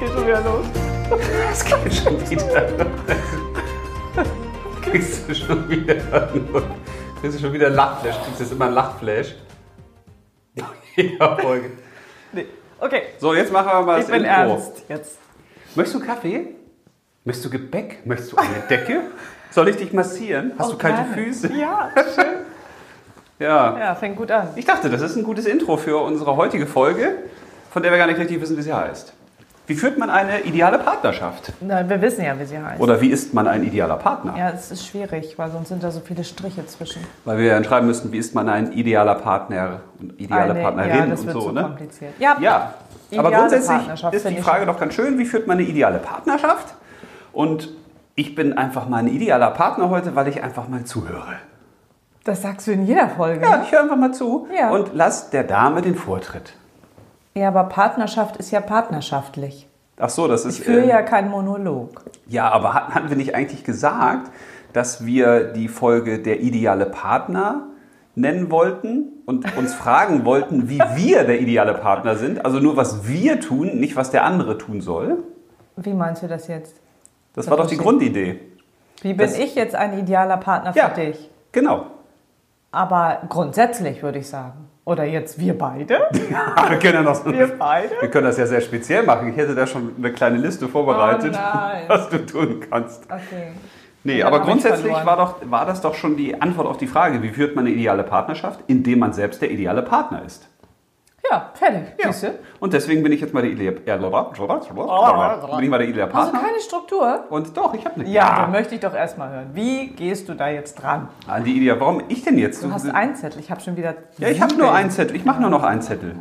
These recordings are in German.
geht schon wieder los. Das geht schon wieder. Kriegst du schon wieder. Kriegst du schon wieder Lachflash? Kriegst du jetzt immer ein Lachflash? Jeder Folge. Nee. Okay, So, jetzt machen wir mal das ich bin Intro. ernst jetzt. Möchtest du Kaffee? Möchtest du Gebäck? Möchtest du eine Decke? Soll ich dich massieren? Hast du Oh, kalte gerne. Füße? Ja, schön. Ja. Ja, fängt gut an. Ich dachte, das ist ein gutes Intro für unsere heutige Folge, von der wir gar nicht richtig wissen, wie sie heißt. Wie führt man eine ideale Partnerschaft? Na, wir wissen ja, wie sie heißt. Oder wie ist man ein idealer Partner? Ja, es ist schwierig, weil sonst sind da so viele Striche zwischen. Weil wir dann schreiben müssen, wie ist man ein idealer Partner und ideale Eine- Partnerin ja, das und wird so, zu ne? kompliziert. Ja, Ja, aber Ideale grundsätzlich Partnerschaft ist finde die ich Frage schon. doch ganz schön, wie führt man eine ideale Partnerschaft? Und ich bin einfach mal ein idealer Partner heute, weil ich einfach mal zuhöre. das sagst du in jeder Folge. Ja, ne? ich höre einfach mal zu Ja. und lass der Dame den Vortritt. ja, aber Partnerschaft ist ja partnerschaftlich. Ach so, das ist Ich führe ähm, ja keinen Monolog. Ja, aber hatten, hatten wir nicht eigentlich gesagt, dass wir die Folge der ideale Partner nennen wollten und uns fragen wollten, wie wir der ideale Partner sind? Also nur was wir tun, nicht was der andere tun soll. Wie meinst du das jetzt? Das war doch die Grundidee. Wie bin Das- ich jetzt ein idealer Partner für Ja, dich? genau. Aber grundsätzlich würde ich sagen. Oder jetzt wir beide? Wir können, ja noch so, Wir beide? wir können das ja sehr speziell machen. Ich hätte da schon eine kleine Liste vorbereitet, Oh nein. was du tun kannst. Okay. Nee, Dann aber habe ich grundsätzlich verloren. war, doch, war das doch schon die Antwort auf die Frage, wie führt man eine ideale Partnerschaft, indem man selbst der ideale Partner ist. Ja, fertig. Ja. Siehst du? Und deswegen bin ich jetzt mal der ideale ja, Lola, Lola, Lola, Lola. Bin ich mal der ideale Ah, Also Partner. keine Struktur? Und doch, ich habe eine. Ja, dann möchte ich doch erstmal hören. Wie gehst du da jetzt dran? An Ah, die Idee. Warum ich denn jetzt? Äh, Du hast einen Zettel. Ich habe schon wieder. ja, ich habe nur einen Zettel. Ich mache nur noch einen Zettel.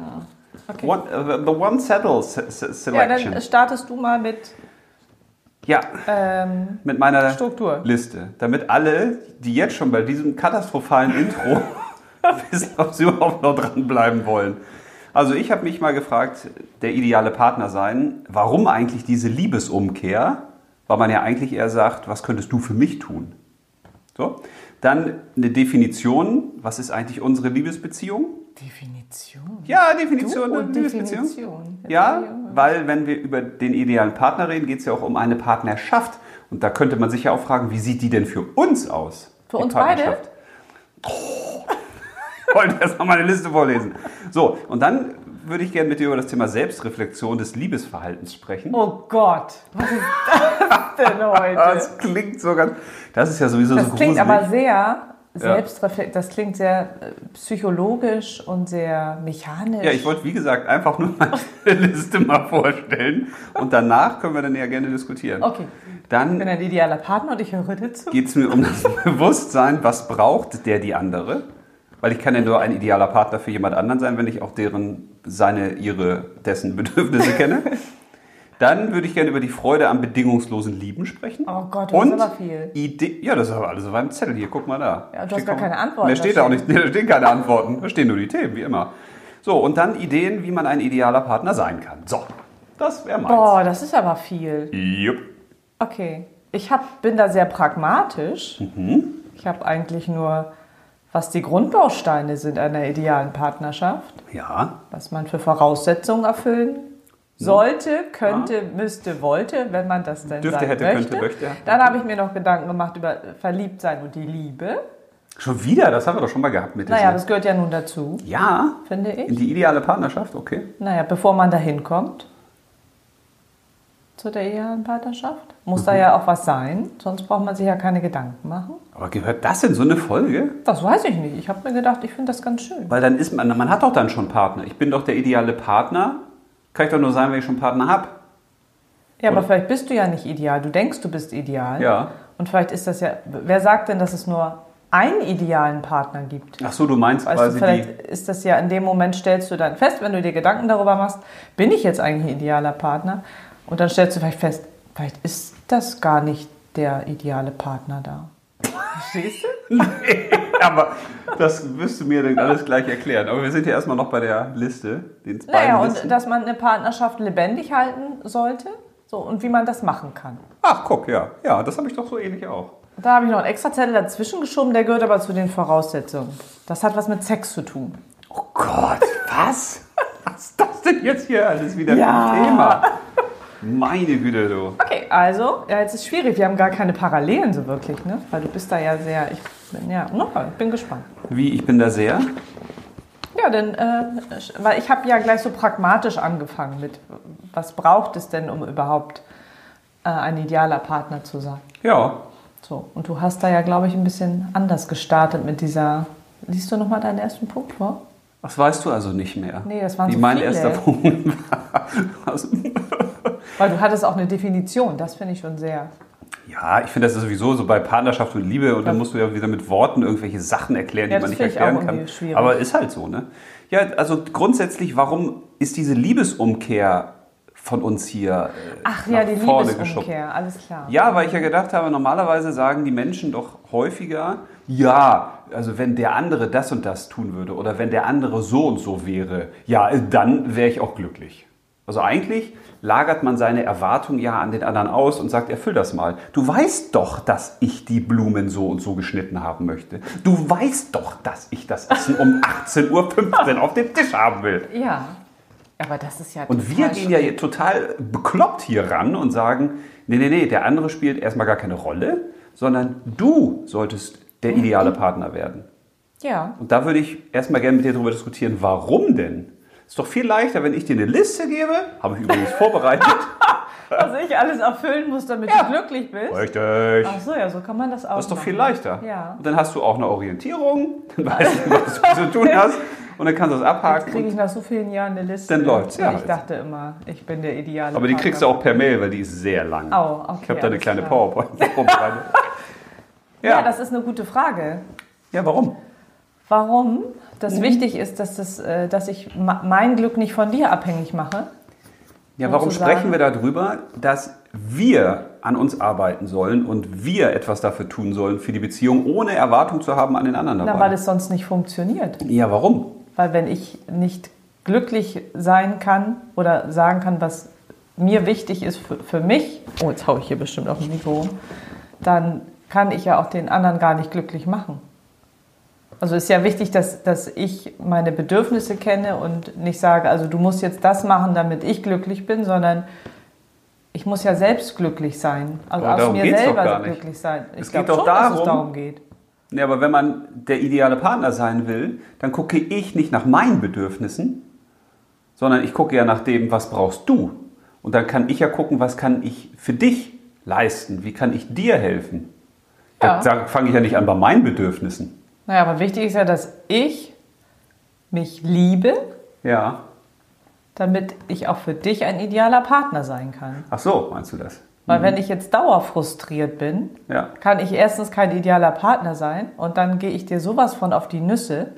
Okay. One, äh, the one Settle se se Ja, Selection. dann startest du mal mit. Ja, Ähm, mit meiner Struktur. Liste. Damit alle, die jetzt schon bei diesem katastrophalen Intro wissen, ob sie überhaupt noch dranbleiben wollen. Also ich habe mich mal gefragt, der ideale Partner sein, warum eigentlich diese Liebesumkehr? Weil man ja eigentlich eher sagt, was könntest du für mich tun? So. Dann eine Definition, was ist eigentlich unsere Liebesbeziehung? Definition. Ja, Definition, Du ne? und Liebesbeziehung. Definition. Ja, weil wenn wir über den idealen Partner reden, geht es ja auch um eine Partnerschaft. Und da könnte man sich ja auch fragen, wie sieht die denn für uns aus? Für die uns beide? Partnerschaft? Oh, ich wollte erst mal meine Liste vorlesen. So, und dann würde ich gerne mit dir über das Thema Selbstreflexion des Liebesverhaltens sprechen. Ah, Oh Gott, was ist das denn heute? Das klingt so ganz. Das ist ja sowieso so Das gruselig. klingt aber sehr selbstreflekt. Das klingt sehr äh, psychologisch und sehr mechanisch. Ja, ich wollte, wie gesagt, einfach nur meine Liste mal vorstellen. Und danach können wir dann ja gerne diskutieren. Okay. Dann Oh, Ich bin ein idealer Partner und ich höre dir zu. geht es mir um das Bewusstsein, was braucht der die andere? Weil ich kann ja nur ein idealer Partner für jemand anderen sein, wenn ich auch deren, seine, ihre, dessen Bedürfnisse kenne. Dann würde ich gerne über die Freude am bedingungslosen Lieben sprechen. Oh Gott, das ist Und aber viel. Ide ja, das ist aber alles auf einem Zettel. Hier, guck mal da. Ja, du hast Steht gar kaum- keine Antworten Mehr steht da da auch nicht. Nee, da stehen keine Antworten. Da stehen nur die Themen, wie immer. So, und dann Ideen, wie man ein idealer Partner sein kann. So, das wäre meins. Boah, das ist aber viel. Jupp. Okay. Ich hab, bin da sehr pragmatisch. Mhm. Ich habe eigentlich nur, was die Grundbausteine sind einer idealen Partnerschaft, Ja, was man für Voraussetzungen Hm. erfüllen sollte, könnte, müsste, wollte, wenn man das denn Dürfte, sein hätte, könnte, möchte. möchte, ja. Mhm. Dann habe ich mir noch Gedanken gemacht über Verliebtsein und die Liebe. schon wieder. Das haben wir doch schon mal gehabt mit Naja, diesem- das gehört ja nun dazu, Ja, finde In ich. die ideale Partnerschaft, okay. Naja, bevor man da hinkommt zu der idealen Partnerschaft, muss Mhm. da ja auch was sein, sonst braucht man sich ja keine Gedanken machen. Aber gehört das in so eine Folge? Das weiß ich nicht. Ich habe mir gedacht, ich finde das ganz schön. Weil dann ist man, man hat doch dann schon Partner. Ich bin doch der ideale Partner. Kann ich doch nur sein, wenn ich schon Partner habe. Ja, aber Oder? vielleicht bist du ja nicht ideal. Du denkst, du bist ideal. Ja. Und vielleicht ist das ja. Wer sagt denn, dass es nur einen idealen Partner gibt? Ach so, du meinst Weißt du, quasi vielleicht die. ist das ja in dem Moment, stellst du dann fest, wenn du dir Gedanken darüber machst, bin ich jetzt eigentlich ein idealer Partner? Und dann stellst du vielleicht fest, vielleicht ist das gar nicht der ideale Partner da. Verstehst du? Aber das wirst du mir dann alles gleich erklären. Aber wir sind ja erstmal noch bei der Liste. Den Naja, beiden und Listen. dass man eine Partnerschaft lebendig halten sollte. So, und wie man das machen kann. Ach, guck, ja. Ja, das habe ich doch so ähnlich auch. Da habe ich noch einen extra Zettel dazwischen geschoben, der gehört aber zu den Voraussetzungen. Das hat was mit Sex zu tun. Oh Gott, was? was ist das denn jetzt hier alles wieder für ein Ja. Thema? Meine Güte, du. Okay, also, ja, jetzt ist schwierig. Wir haben gar keine Parallelen so wirklich, ne? Weil du bist da ja sehr, ich bin ja, nochmal, ich bin gespannt. Wie, ich bin da sehr? Ja, denn, äh, weil ich habe ja gleich so pragmatisch angefangen mit, was braucht es denn, um überhaupt äh, ein idealer Partner zu sein? Ja. So, und du hast da ja, glaube ich, ein bisschen anders gestartet mit dieser, liest du nochmal deinen ersten Punkt vor? Das weißt du also nicht mehr. Nee, das waren Wie so mein viele. erster Punkt war. Also, Weil du hattest auch eine Definition, das finde ich schon sehr. ja, ich finde das ist sowieso so bei Partnerschaft und Liebe und dann musst du ja wieder mit Worten irgendwelche Sachen erklären, Ja, die man das finde nicht ich erklären auch kann. irgendwie schwierig. Aber ist halt so, ne? Ja, also grundsätzlich, warum ist diese Liebesumkehr von uns hier äh, Ach ja, nach die vorne geschubbt? Liebesumkehr, alles klar. Ja, weil ich ja gedacht habe, normalerweise sagen die Menschen doch häufiger, ja, also wenn der andere das und das tun würde oder wenn der andere so und so wäre, ja, dann wäre ich auch glücklich. Also eigentlich lagert man seine Erwartung ja an den anderen aus und sagt, erfüll das mal. Du weißt doch, dass ich die Blumen so und so geschnitten haben möchte. Du weißt doch, dass ich das Essen um 18.15 Uhr auf dem Tisch haben will. Ja. Aber das ist ja. Und wir total gehen ja hier total bekloppt hier ran und sagen, nee, nee, nee, der andere spielt erstmal gar keine Rolle, sondern du solltest Mhm. der ideale Partner werden. sch- Ja. Und da würde ich erstmal gerne mit dir darüber diskutieren, warum denn? Ist doch viel leichter, wenn ich dir eine Liste gebe, habe ich übrigens vorbereitet. Was Also ich alles erfüllen muss, damit Ja. du glücklich bist. Richtig. Ach so, ja, so kann man das auch. Das ist doch machen. viel leichter. Ja. Und dann hast du auch eine Orientierung, dann weißt du, was du zu tun hast und dann kannst du das Jetzt kriege abhaken. ich nach so vielen Jahren eine Liste. Dann läuft's, ja. Ich dachte immer, ich bin der ideale. Aber die Partner. kriegst du auch per Mail, weil die ist sehr lang. Oh, okay, ich habe da eine alles kleine klar. PowerPoint vorbereitet. Ja. das ist eine gute Frage. ja, warum? Warum Mhm. das wichtig ist, dass, das, äh, dass ich ma- mein Glück nicht von dir abhängig mache. Ja, um warum zu sagen- sprechen wir darüber, dass wir an uns arbeiten sollen und wir etwas dafür tun sollen für die Beziehung, ohne Erwartung zu haben an den anderen dabei? Na, weil es sonst nicht funktioniert. ja, warum? Weil wenn ich nicht glücklich sein kann oder sagen kann, was mir wichtig ist für, für mich, oh, jetzt hau ich hier bestimmt auf dem Mikro rum, dann kann ich ja auch den anderen gar nicht glücklich machen. Also ist ja wichtig, dass, dass ich meine Bedürfnisse kenne und nicht sage, also du musst jetzt das machen, damit ich glücklich bin, sondern ich muss ja selbst glücklich sein. Also Aber aus darum mir geht's doch selber gar nicht. glücklich sein. Ich Es glaube geht schon, doch dass darum- es darum geht. Nee, aber wenn man der ideale Partner sein will, dann gucke ich nicht nach meinen Bedürfnissen, sondern ich gucke ja nach dem, was brauchst du. Und dann kann ich ja gucken, was kann ich für dich leisten, wie kann ich dir helfen. Ja. Da fange ich ja nicht an bei meinen Bedürfnissen. Naja, aber wichtig ist ja, dass ich mich liebe, Ja. damit ich auch für dich ein idealer Partner sein kann. Ach so, meinst du das? Weil wenn ich jetzt dauerfrustriert bin, Ja. kann ich erstens kein idealer Partner sein und dann gehe ich dir sowas von auf die Nüsse.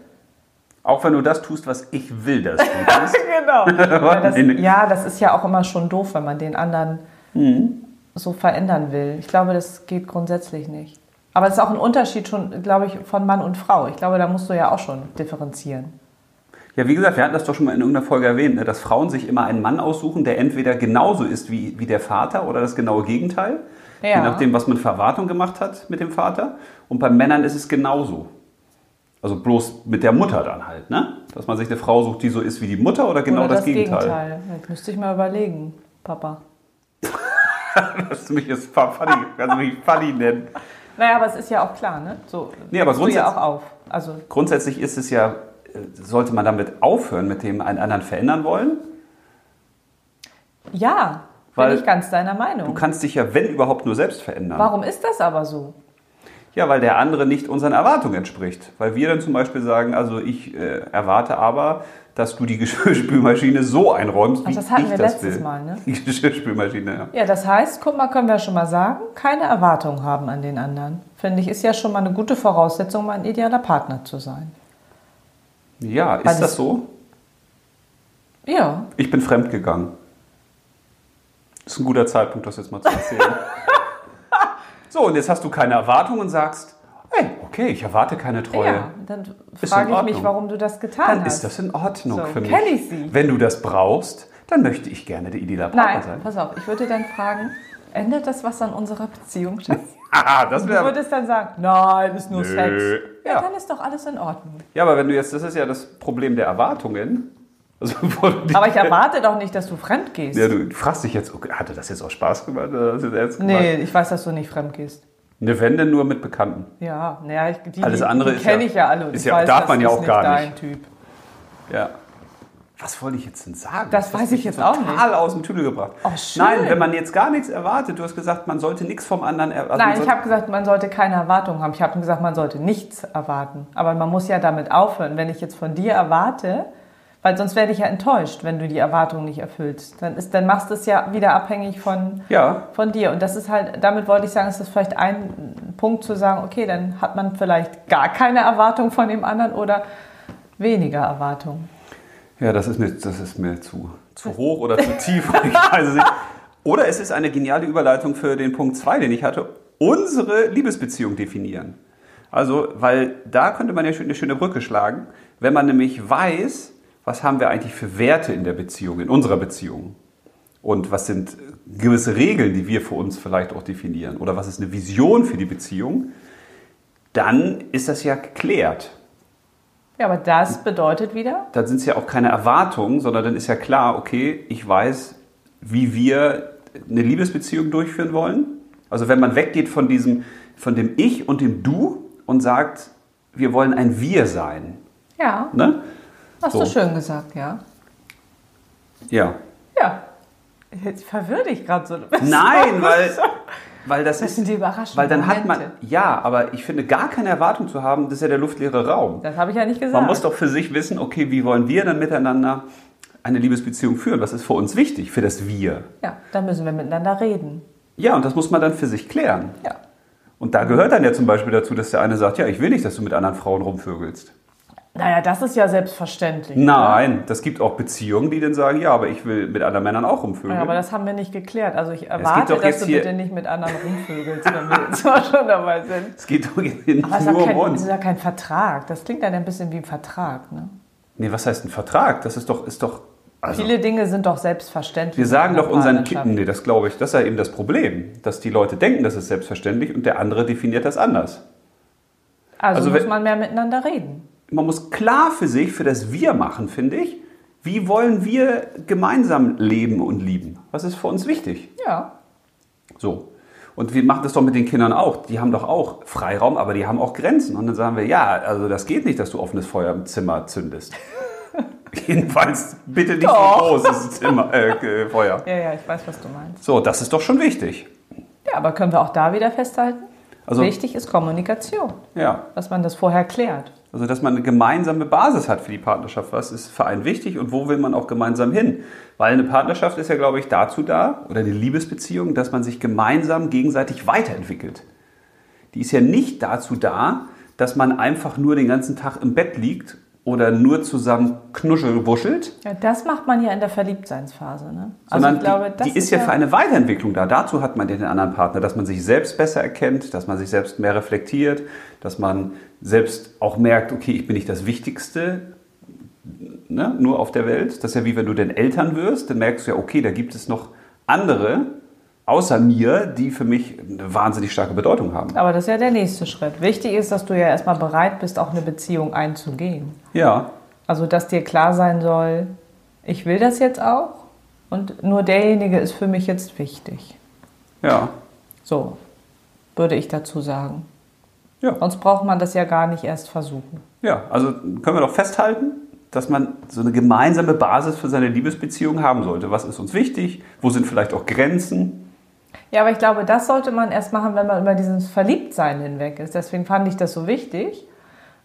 Auch wenn du das tust, was ich will, dass du tust. genau. Weil das, Nee, nee. ja, das ist ja auch immer schon doof, wenn man den anderen Mhm. so verändern will. Ich glaube, das geht grundsätzlich nicht. Aber es ist auch ein Unterschied schon, glaube ich, von Mann und Frau. Ich glaube, da musst du ja auch schon differenzieren. Ja, wie gesagt, wir hatten das doch schon mal in irgendeiner Folge erwähnt, ne? dass Frauen sich immer einen Mann aussuchen, der entweder genauso ist wie, wie der Vater oder das genaue Gegenteil. Ja. Je nachdem, was man für Erwartungen gemacht hat mit dem Vater. Und bei Männern ist es genauso. Also bloß mit der Mutter dann halt, ne? Dass man sich eine Frau sucht, die so ist wie die Mutter oder genau Oder das, Gegenteil. Jetzt müsste ich mal überlegen, Papa. Dass du mich jetzt funny, kannst du mich funny nennen. Naja, aber es ist ja auch klar, ne? So Nee, aber wächst du ja grundsätz- auch auf. Also Grundsätzlich ist es ja, äh, sollte man damit aufhören, mit dem einen anderen verändern wollen, ja, Weil bin ich ganz deiner Du Meinung. kannst dich ja, wenn überhaupt, nur selbst verändern. Warum ist das aber so? Ja, weil der andere nicht unseren Erwartungen entspricht. Weil wir dann zum Beispiel sagen, also ich äh, erwarte aber, dass du die Geschirrspülmaschine so einräumst, wie Ach, das hatten ich wir das letztes will. Mal, ne? Die Geschirrspülmaschine, ja. Ja, das heißt, guck mal, können wir schon mal sagen, keine Erwartungen haben an den anderen. Finde ich, ist ja schon mal eine gute Voraussetzung, mal ein idealer Partner zu sein. Ja, ist Weil das es- so? Ja, Ich bin fremdgegangen. Ist ein guter Zeitpunkt, das jetzt mal zu erzählen. so, und jetzt hast du keine Erwartung und sagst, hey, okay, ich erwarte keine Treue. ja dann in frage ich mich, Ordnung. warum du das getan Dann hast. ist das in Ordnung So, für mich. kenn ich sie. Wenn du das brauchst, dann möchte ich gerne der ideale Partner Nein, sein. pass auf, ich würde dann fragen, ändert das was an unserer Beziehung, Schatz? Ah, das Du wäre würdest dann sagen, nein, ist nur Nö. Sex. Ja, Ja. dann ist doch alles in Ordnung. Ja, aber wenn du jetzt, das ist ja das Problem der Erwartungen, Also, bevor du dich- Aber ich erwarte doch nicht, dass du fremd gehst. ja, du fragst dich jetzt, okay, hatte das jetzt auch Spaß gemacht oder hast du das jetzt nee, ich weiß, dass du nicht fremd gehst. Ne, wenn denn nur mit Bekannten. Ja, naja, ich, die, Alles die- andere die ist kenne ja- ich ja alle. Und ist ich ja- weiß, darf das man ja ist auch gar dein Typ. Ja. Was wollte ich jetzt denn sagen? Das hast weiß mich ich jetzt auch Total aus dem Tüdel gebracht. Oh, schön. Nein, wenn man jetzt gar nichts erwartet, du hast gesagt, man sollte nichts vom anderen also erwarten. Nein, ich habe gesagt, man sollte keine Erwartungen haben. Ich habe gesagt, man sollte nichts erwarten. Aber man muss ja damit aufhören, wenn ich jetzt von dir erwarte, weil sonst werde ich ja enttäuscht, wenn du die Erwartung nicht erfüllst. Dann, ist, dann machst du es ja wieder abhängig von, Ja, von dir. Und das ist halt, damit wollte ich sagen, ist das vielleicht ein Punkt zu sagen, okay, dann hat man vielleicht gar keine Erwartung von dem anderen oder weniger Erwartung. ja das, ist mir, das ist mir zu, zu hoch oder zu tief. ich weiß es nicht. Oder es ist eine geniale Überleitung für den Punkt 2, den ich hatte. Unsere Liebesbeziehung definieren. Also, weil da könnte man ja schön- eine schöne Brücke schlagen, wenn man nämlich weiß, was haben wir eigentlich für Werte in der Beziehung, in unserer Beziehung. Und was sind gewisse Regeln, die wir für uns vielleicht auch definieren? Oder was ist eine Vision für die Beziehung? Dann ist das ja geklärt. Ja, aber das bedeutet wieder, Dann sind es ja auch keine Erwartungen, sondern dann ist ja klar, okay, ich weiß, wie wir eine Liebesbeziehung durchführen wollen. Also wenn man weggeht von diesem, von dem Ich und dem Du und sagt, wir wollen ein Wir sein. ja, Ne? hast So. du schön gesagt, ja. Ja. Ja. Jetzt verwirr dich gerade so. Nein, weil, weil das Das ist sind die überraschenden Weil dann hat man, Momente. ja, aber ich finde, gar keine Erwartung zu haben, das ist ja der luftleere Raum. Das habe ich ja nicht gesagt. Man muss doch für sich wissen, okay, wie wollen wir dann miteinander eine Liebesbeziehung führen? Was ist für uns wichtig, für das Wir? ja, dann müssen wir miteinander reden. Ja, und das muss man dann für sich klären. Ja. Und da gehört dann ja zum Beispiel dazu, dass der eine sagt, ja, ich will nicht, dass du mit anderen Frauen rumvögelst. Naja, das ist ja selbstverständlich. Mhm. Nein, das gibt auch Beziehungen, die dann sagen, ja, aber ich will mit anderen Männern auch rumvögeln. Ja, aber das haben wir nicht geklärt. Also ich geht erwarte, doch dass jetzt du hier- bitte nicht mit anderen rumvögelst, wenn wir jetzt mal schon dabei sind. es geht doch nicht nur Aber es ist, ja um kein, es ist uns. ja kein Vertrag. Das klingt dann ein bisschen wie ein Vertrag. Ne? Nee, was heißt ein Vertrag? Das ist doch, ist doch, also, Viele Dinge sind doch selbstverständlich. Wir sagen in einer doch unseren Partnerschaft. Kindern, nee, das glaube ich, das ist ja eben das Problem, dass die Leute denken, das ist selbstverständlich und der andere definiert das anders. Also, also muss wenn- man mehr miteinander reden. Man muss klar für sich, für das Wir machen, finde ich, wie wollen wir gemeinsam leben und lieben? Was ist für uns wichtig? Ja. So. Und wir machen das doch mit den Kindern auch. Die haben doch auch Freiraum, aber die haben auch Grenzen. Und dann sagen wir, ja, also das geht nicht, dass du offenes Feuer im Zimmer zündest. Jedenfalls bitte nicht Doch. so großes Zimmer, äh, äh, Feuer. Ja, ja, ich weiß, was du meinst. So, das ist doch schon wichtig. Ja, aber können wir auch da wieder festhalten? Also- Wichtig ist Kommunikation, Ja, dass man das vorher klärt. Also, dass man eine gemeinsame Basis hat für die Partnerschaft. Was ist für einen wichtig und wo will man auch gemeinsam hin? Weil eine Partnerschaft ist ja, glaube ich, dazu da, oder eine Liebesbeziehung, dass man sich gemeinsam gegenseitig weiterentwickelt. Die ist ja nicht dazu da, dass man einfach nur den ganzen Tag im Bett liegt oder nur zusammen knuschelwuschelt, Ja, das macht man ja in der Verliebtseinsphase. Ne? sondern die, die ist, ja für eine Weiterentwicklung da. Dazu hat man ja den anderen Partner, dass man sich selbst besser erkennt, dass man sich selbst mehr reflektiert, dass man selbst auch merkt, okay, ich bin nicht das Wichtigste ne, nur auf der Welt. Das ist ja wie wenn du den Eltern wirst, dann merkst du ja, okay, da gibt es noch andere außer mir, die für mich eine wahnsinnig starke Bedeutung haben. Aber das ist ja der nächste Schritt. Wichtig ist, dass du ja erstmal bereit bist, auch eine Beziehung einzugehen. Ja, Also, dass dir klar sein soll, ich will das jetzt auch und nur derjenige ist für mich jetzt wichtig. ja, So würde ich dazu sagen. ja. Sonst braucht man das ja gar nicht erst versuchen. Ja, also können wir doch festhalten, dass man so eine gemeinsame Basis für seine Liebesbeziehung haben sollte. Was ist uns wichtig? Wo sind vielleicht auch Grenzen? Ja, aber ich glaube, das sollte man erst machen, wenn man über dieses Verliebtsein hinweg ist. Deswegen fand ich das so wichtig,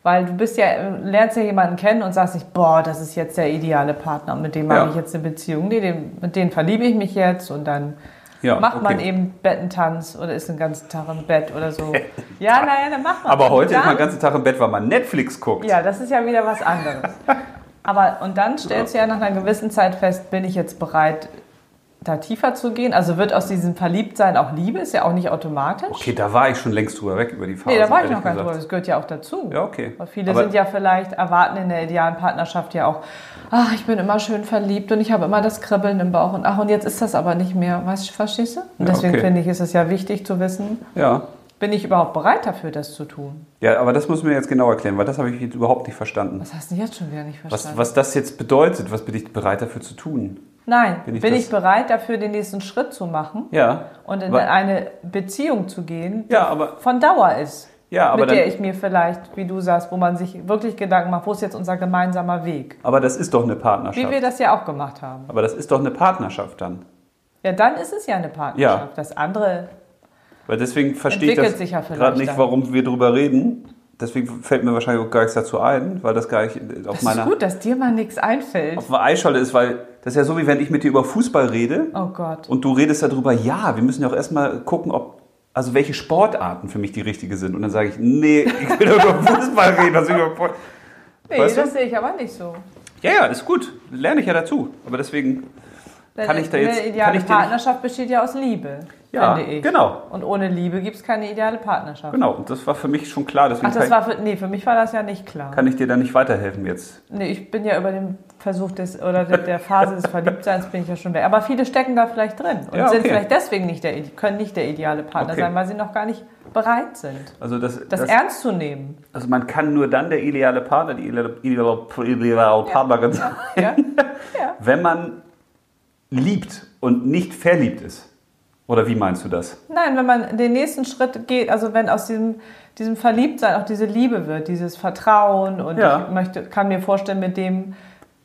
weil du bist ja, lernst ja jemanden kennen und sagst nicht, boah, das ist jetzt der ideale Partner, mit dem Ja. habe ich jetzt eine Beziehung, nee, dem, mit dem verliebe ich mich jetzt und dann Ja, macht man okay. eben Bettentanz oder ist den ganzen Tag im Bett oder so. ja, naja, dann macht man Aber das. Und heute ist dann- man den ganzen Tag im Bett, weil man Netflix guckt. ja, das ist ja wieder was anderes. Aber und dann stellst du ja nach einer gewissen Zeit fest, bin ich jetzt bereit, da tiefer zu gehen? Also wird aus diesem Verliebtsein auch Liebe? Ist ja auch nicht automatisch. Okay, da war ich schon längst drüber weg über die Phase. nee, da war ich ehrlich noch gar nicht gesagt. drüber. Das gehört ja auch dazu. Ja, okay. Weil viele Aber- sind ja vielleicht, erwarten in der idealen Partnerschaft ja auch, ach, ich bin immer schön verliebt und ich habe immer das Kribbeln im Bauch und ach, und jetzt ist das aber nicht mehr. Weißt, du, verstehst du? Und Ja, deswegen okay. finde ich, ist es ja wichtig zu wissen, Ja, Bin ich überhaupt bereit dafür, das zu tun? Ja, aber das müssen wir jetzt genau erklären, weil das habe ich jetzt überhaupt nicht verstanden. Das hast du jetzt schon wieder nicht Was, verstanden. was das jetzt bedeutet, was bin ich bereit dafür zu tun? Nein, Bin bin, ich ich, das- bereit dafür, den nächsten Schritt zu machen Ja. und in Wa- eine Beziehung zu gehen, die Ja, aber, von Dauer ist. ja, aber, mit der dann, ich mir vielleicht, wie du sagst, wo man sich wirklich Gedanken macht, wo ist jetzt unser gemeinsamer Weg? aber das ist doch eine Wie Partnerschaft. wir das ja auch gemacht haben. Aber das ist doch eine Partnerschaft dann. Ja, dann ist es ja eine Partnerschaft. Ja. Das andere, Weil deswegen verstehe ich Entwickelt das sich ja vielleicht gerade nicht, dann. warum wir drüber reden. Deswegen fällt mir wahrscheinlich auch gar nichts dazu ein, weil das gar nicht auf das meiner ist gut, dass dir mal nichts einfällt. auf meiner Eischolle ist, weil das ist ja so, wie wenn ich mit dir über Fußball rede Oh Gott. und du redest darüber, ja, wir müssen ja auch erstmal gucken, ob also welche Sportarten für mich die richtige sind. Und dann sage ich, nee, ich will doch über Fußball reden. Also über Fußball. Nee, Weißt du? das sehe ich aber nicht so. Ja, ja, ist gut. Lerne ich ja dazu. Aber deswegen, Kann ich da jetzt- Eine ideale kann ich dir nicht- Partnerschaft besteht ja aus Liebe, Ja, finde ich. genau. Und ohne Liebe gibt es keine ideale Partnerschaft. genau. Und das war für mich schon klar. Deswegen Ach, das kann, war für, nee, für mich war das ja nicht klar. ich, kann ich dir da nicht weiterhelfen jetzt. Nee, ich bin ja über den Versuch des oder der, der Phase des Verliebtseins bin ich ja schon weg. Aber viele stecken da vielleicht drin und Ja, okay. sind vielleicht deswegen nicht der, können nicht der ideale Partner Okay. sein, weil sie noch gar nicht bereit sind, Also das, das, ernst zu nehmen. Also man kann nur dann der ideale Partner, die ideale, ideale, ideale Partnerin sein, Ja? ja. wenn man liebt und nicht verliebt ist. Oder wie meinst du das? Nein, wenn man den nächsten Schritt geht, also wenn aus diesem, diesem Verliebtsein auch diese Liebe wird, dieses Vertrauen und Ja. ich möchte, kann mir vorstellen, mit dem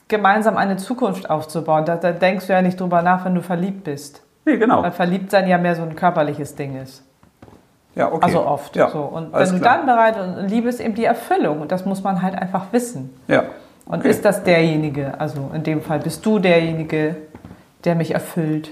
gemeinsam eine Zukunft aufzubauen, da, da denkst du ja nicht drüber nach, wenn du verliebt bist. Nee, genau. Weil Verliebtsein ja mehr so ein körperliches Ding ist. Ja, okay. Also oft. Ja, So. Und alles wenn du klar. dann bereit und Liebe ist eben die Erfüllung und das muss man halt einfach wissen. Ja. Und Okay. ist das derjenige, also in dem Fall bist du derjenige, der mich erfüllt.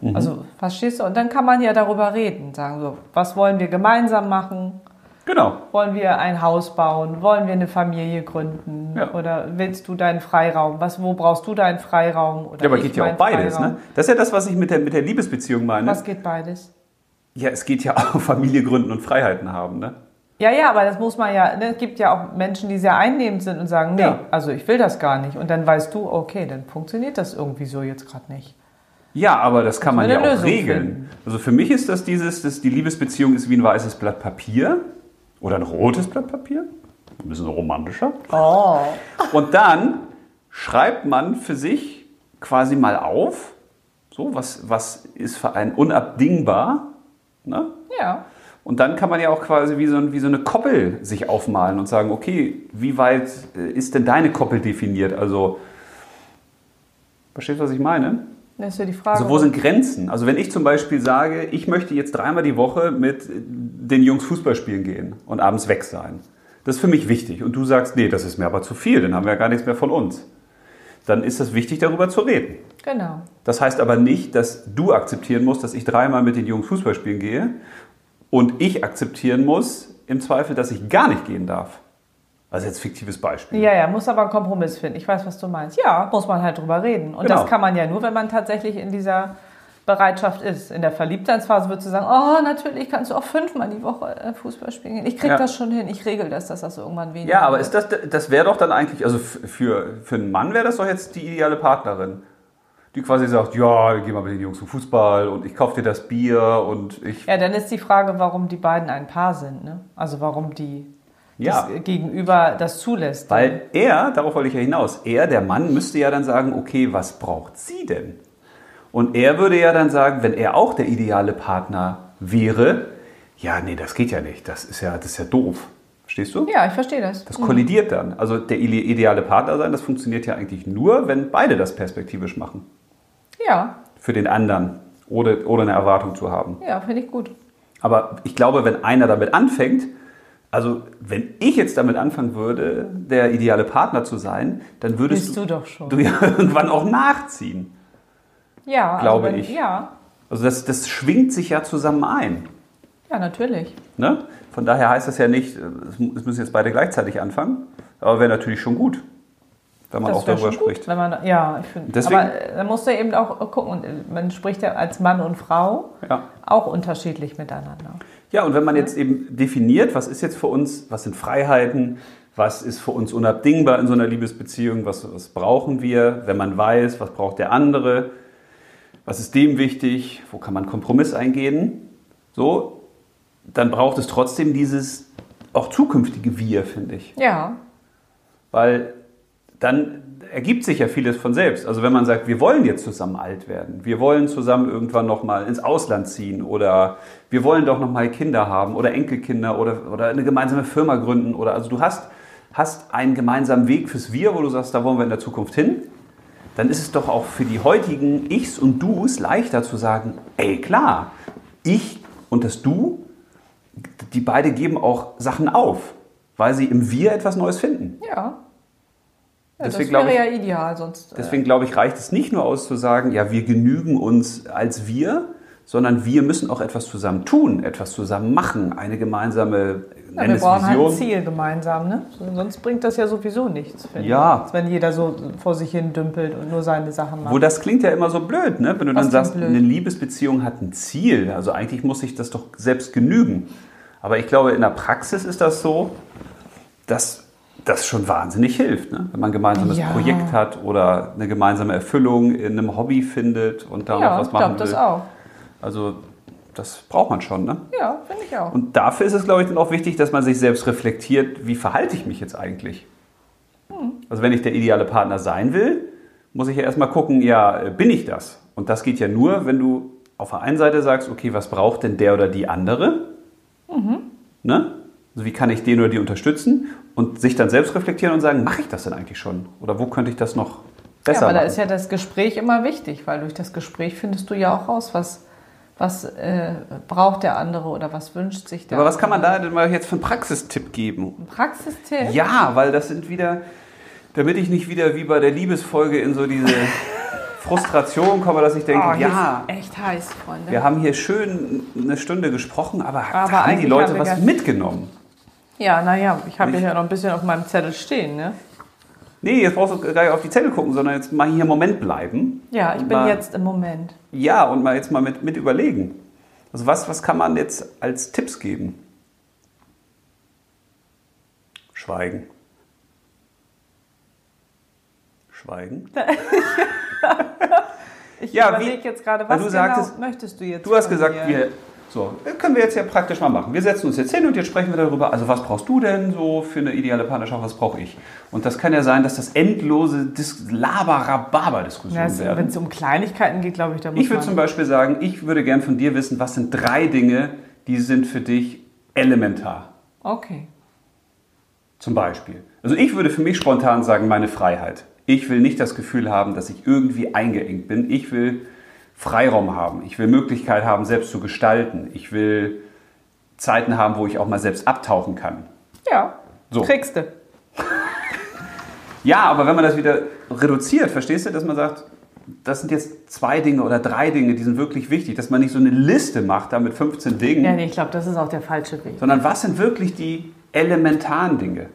Mhm. Also verstehst du? Und dann kann man ja darüber reden, sagen so, was wollen wir gemeinsam machen? Genau. Wollen wir ein Haus bauen? Wollen wir eine Familie gründen? Ja. Oder willst du deinen Freiraum? Was, wo brauchst du deinen Freiraum? Oder Ja, aber ich geht ja meinen auch beides, Freiraum? ne? Das ist ja das, was ich mit der, mit der Liebesbeziehung meine. Was geht beides? Ja, es geht ja auch um Familie gründen und Freiheiten haben, ne? Ja, ja, aber das muss man ja, ne, es gibt ja auch Menschen, die sehr einnehmend sind und sagen, nee, Ja. also ich will das gar nicht. Und dann weißt du, okay, dann funktioniert das irgendwie so jetzt gerade nicht. Ja, aber das kann man Muss ja man auch eine Lösung regeln. Also für mich ist das dieses, dass die Liebesbeziehung ist wie ein weißes Blatt Papier oder ein rotes Blatt Papier. Ein bisschen romantischer. Oh. Und dann schreibt man für sich quasi mal auf, so was, was ist für einen unabdingbar. Ne? Ja. Und dann kann man ja auch quasi wie so, ein, wie so eine Koppel sich aufmalen und sagen, okay, wie weit äh, ist denn deine Koppel definiert? Also, verstehst du, was ich meine? Das ist ja die Frage. Also wo sind Grenzen? Also wenn ich zum Beispiel sage, ich möchte jetzt dreimal die Woche mit den Jungs Fußball spielen gehen und abends weg sein. Das ist für mich wichtig. Und du sagst, nee, das ist mir aber zu viel, dann haben wir ja gar nichts mehr von uns. Dann ist es wichtig, darüber zu reden. genau. Das heißt aber nicht, dass du akzeptieren musst, dass ich dreimal mit den Jungs Fußball spielen gehe und ich akzeptieren muss, im Zweifel, dass ich gar nicht gehen darf. Also jetzt fiktives Beispiel. Ja, ja, muss aber einen Kompromiss finden. Ich weiß, was du meinst. Ja, muss man halt drüber reden. Und Genau. das kann man ja nur, wenn man tatsächlich in dieser Bereitschaft ist. In der Verliebtheitsphase würdest du sagen, oh, natürlich kannst du auch fünfmal die Woche äh, Fußball spielen. gehen. Ich krieg Ja. das schon hin. Ich regel das, dass das irgendwann weniger Ja, aber wird. ist das, das wäre doch dann eigentlich, also f- für, für einen Mann wäre das doch jetzt die ideale Partnerin. Die quasi sagt, ja, wir gehen mal mit den Jungs zum Fußball und ich kaufe dir das Bier und ich. Ja, dann ist die Frage, warum die beiden ein Paar sind, ne? Also warum die Ja. das äh, Gegenüber das zulässt. Weil er, darauf wollte ich ja hinaus, er, der Mann, müsste ja dann sagen, okay, was braucht sie denn? Und er würde ja dann sagen, wenn er auch der ideale Partner wäre, ja, nee, das geht ja nicht, das ist ja, das ist ja doof. Verstehst du? ja, ich verstehe das. Das kollidiert dann. Also der ide- ideale Partner sein, das funktioniert ja eigentlich nur, wenn beide das perspektivisch machen. Ja, für den anderen, ohne, ohne eine Erwartung zu haben. ja, finde ich gut. Aber ich glaube, wenn einer damit anfängt, also wenn ich jetzt damit anfangen würde, der ideale Partner zu sein, dann würdest Bist du doch schon. du ja irgendwann auch nachziehen. ja, Glaube wenn- ich. Ja, Also das, das schwingt sich ja zusammen ein. ja, natürlich. Ne? Von daher heißt das ja nicht, es mu- es müssen jetzt beide gleichzeitig anfangen, aber wäre natürlich schon gut, wenn man auch wär darüber schon gut, spricht. Wenn man, ja, ich finde. Deswegen- Aber äh, da musst du eben auch gucken. Und äh, man spricht ja als Mann und Frau Ja. auch unterschiedlich miteinander. Ja, und wenn man jetzt eben definiert, was ist jetzt für uns, was sind Freiheiten, was ist für uns unabdingbar in so einer Liebesbeziehung, was, was brauchen wir, wenn man weiß, was braucht der andere, was ist dem wichtig, wo kann man Kompromiss eingehen, so, dann braucht es trotzdem dieses auch zukünftige Wir, finde ich. Ja. Weil dann ergibt sich ja vieles von selbst. Also wenn man sagt, wir wollen jetzt zusammen alt werden, wir wollen zusammen irgendwann nochmal ins Ausland ziehen oder wir wollen doch nochmal Kinder haben oder Enkelkinder oder, oder eine gemeinsame Firma gründen oder also du hast, hast einen gemeinsamen Weg fürs Wir, wo du sagst, da wollen wir in der Zukunft hin, dann ist es doch auch für die heutigen Ichs und Dus leichter zu sagen, ey klar, ich und das Du, die beide geben auch Sachen auf, weil sie im Wir etwas Neues finden. Ja. Ja, Deswegen das glaube wäre ich, ja ideal, sonst. Äh, Deswegen glaube ich, reicht es nicht nur aus zu sagen, ja, wir genügen uns als wir, sondern wir müssen auch etwas zusammen tun, etwas zusammen machen, eine gemeinsame ja, nenn wir es brauchen halt ein Vision. Ziel gemeinsam, ne? Sonst bringt das ja sowieso nichts. finde Ja. ich. Wenn jeder so vor sich hin dümpelt und nur seine Sachen macht. Wo das klingt ja immer so blöd, ne? wenn du Was dann klingt sagst, blöd? eine Liebesbeziehung hat ein Ziel. Also eigentlich muss sich das doch selbst genügen. Aber ich glaube, in der Praxis ist das so, dass das schon wahnsinnig hilft. Ne? Wenn man ein gemeinsames Ja. Projekt hat oder eine gemeinsame Erfüllung in einem Hobby findet und da noch ja, ich was machen glaube will. das auch. Also das braucht man schon. Ne? Ja, finde ich auch. Und dafür ist es, glaube ich, dann auch wichtig, dass man sich selbst reflektiert, wie verhalte ich mich jetzt eigentlich? Hm. Also wenn ich der ideale Partner sein will, muss ich ja erstmal gucken, ja, bin ich das? Und das geht ja nur, wenn du auf der einen Seite sagst, okay, was braucht denn der oder die andere? Mhm. Ne? Also wie kann ich den oder die unterstützen? Und sich dann selbst reflektieren und sagen, mache ich das denn eigentlich schon? Oder wo könnte ich das noch besser ja, aber da machen? ist ja das Gespräch immer wichtig, weil durch das Gespräch findest du ja auch raus, was, was äh, braucht der andere oder was wünscht sich der aber was kann man andere. da denn mal jetzt für einen Praxistipp geben? Ein Praxistipp? Ja, weil das sind wieder, damit ich nicht wieder wie bei der Liebesfolge in so diese Frustration komme, dass ich denke, oh, hier ja, ist echt heiß, Freunde. wir haben hier schön eine Stunde gesprochen, aber, Aber haben die eigentlich haben Leute wir was gar- mitgenommen? Ja, naja, ich habe Ich- ja noch ein bisschen auf meinem Zettel stehen, ne? Nee, jetzt brauchst du gar nicht auf die Zettel gucken, sondern jetzt mal hier im Moment bleiben. Ja, ich Und bin mal, jetzt im Moment. Ja, und mal jetzt mal mit, mit überlegen. Also was, was kann man jetzt als Tipps geben? Schweigen. Schweigen. Ich Ja, überlege wie- jetzt gerade, weil was du genau sagtest- möchtest du jetzt? Du hast von gesagt, mir? wir. So, können wir jetzt ja praktisch mal machen. Wir setzen uns jetzt hin und jetzt sprechen wir darüber, also was brauchst du denn so für eine ideale Partnerschaft, was brauche ich? Und das kann ja sein, dass das endlose Dis Na, Laber-Rababer-Diskussionen Wenn werden. es um Kleinigkeiten geht, glaube ich, da muss Ich würde man... zum Beispiel sagen, ich würde gern von dir wissen, was sind drei Dinge, die sind für dich elementar. Okay. Zum Beispiel. Also ich würde für mich spontan sagen, meine Freiheit. Ich will nicht das Gefühl haben, dass ich irgendwie eingeengt bin. Ich will Freiraum haben. Ich will Möglichkeit haben, selbst zu gestalten. Ich will Zeiten haben, wo ich auch mal selbst abtauchen kann. Ja, So. kriegst du. Ja, aber wenn man das wieder reduziert, verstehst du, dass man sagt, das sind jetzt zwei Dinge oder drei Dinge, die sind wirklich wichtig, dass man nicht so eine Liste macht da mit 15 Dingen, Ja, nee, ich glaube, das ist auch der falsche Weg. sondern was sind wirklich die elementaren Dinge?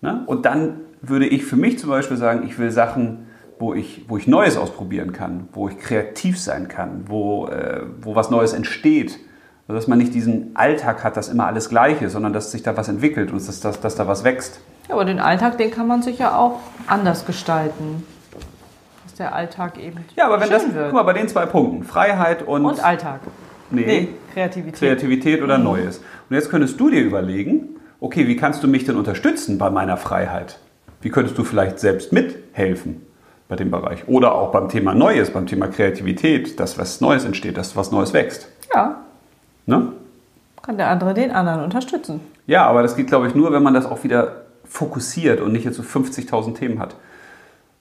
Ne? Und dann würde ich für mich zum Beispiel sagen, ich will Sachen, wo ich, wo ich Neues ausprobieren kann, wo ich kreativ sein kann, wo, äh, wo was Neues entsteht. Also dass man nicht diesen Alltag hat, dass immer alles gleich ist, sondern dass sich da was entwickelt und dass, dass, dass da was wächst. Ja, aber den Alltag, den kann man sich ja auch anders gestalten. Dass der Alltag eben Ja, aber wenn schön das, wird. guck mal, bei den zwei Punkten, Freiheit und, Und Alltag. nee, Nee, Kreativität. Kreativität oder Neues. Und jetzt könntest du dir überlegen, okay, wie kannst du mich denn unterstützen bei meiner Freiheit? Wie könntest du vielleicht selbst mithelfen bei dem Bereich? Oder auch beim Thema Neues, beim Thema Kreativität, dass was Neues entsteht, dass was Neues wächst. ja, Ne? kann der andere den anderen unterstützen. Ja, aber das geht, glaube ich, nur, wenn man das auch wieder fokussiert und nicht jetzt so 50.000 Themen hat,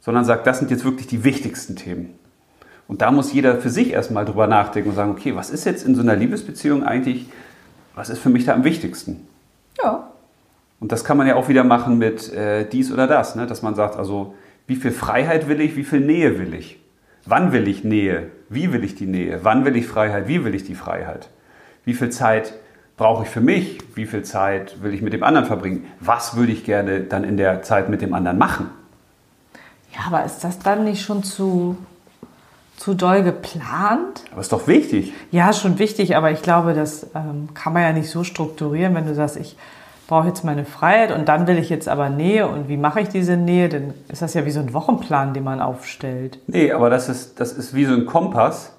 sondern sagt, das sind jetzt wirklich die wichtigsten Themen. Und da muss jeder für sich erstmal drüber nachdenken und sagen, okay, was ist jetzt in so einer Liebesbeziehung eigentlich, was ist für mich da am wichtigsten? Ja, Und das kann man ja auch wieder machen mit äh, dies oder das, ne? dass man sagt, also wie viel Freiheit will ich, wie viel Nähe will ich? Wann will ich Nähe? Wie will ich die Nähe? Wann will ich Freiheit? Wie will ich die Freiheit? Wie viel Zeit brauche ich für mich? Wie viel Zeit will ich mit dem anderen verbringen? Was würde ich gerne dann in der Zeit mit dem anderen machen? ja aber ist das dann nicht schon zu, zu doll geplant? Aber ist doch wichtig. Ja, schon wichtig, aber ich glaube, das ähm, kann man ja nicht so strukturieren, wenn du sagst, ich brauche jetzt meine Freiheit und dann will ich jetzt aber Nähe und wie mache ich diese Nähe? Dann ist das ja wie so ein Wochenplan, den man aufstellt. Nee, aber das ist, das ist wie so ein Kompass,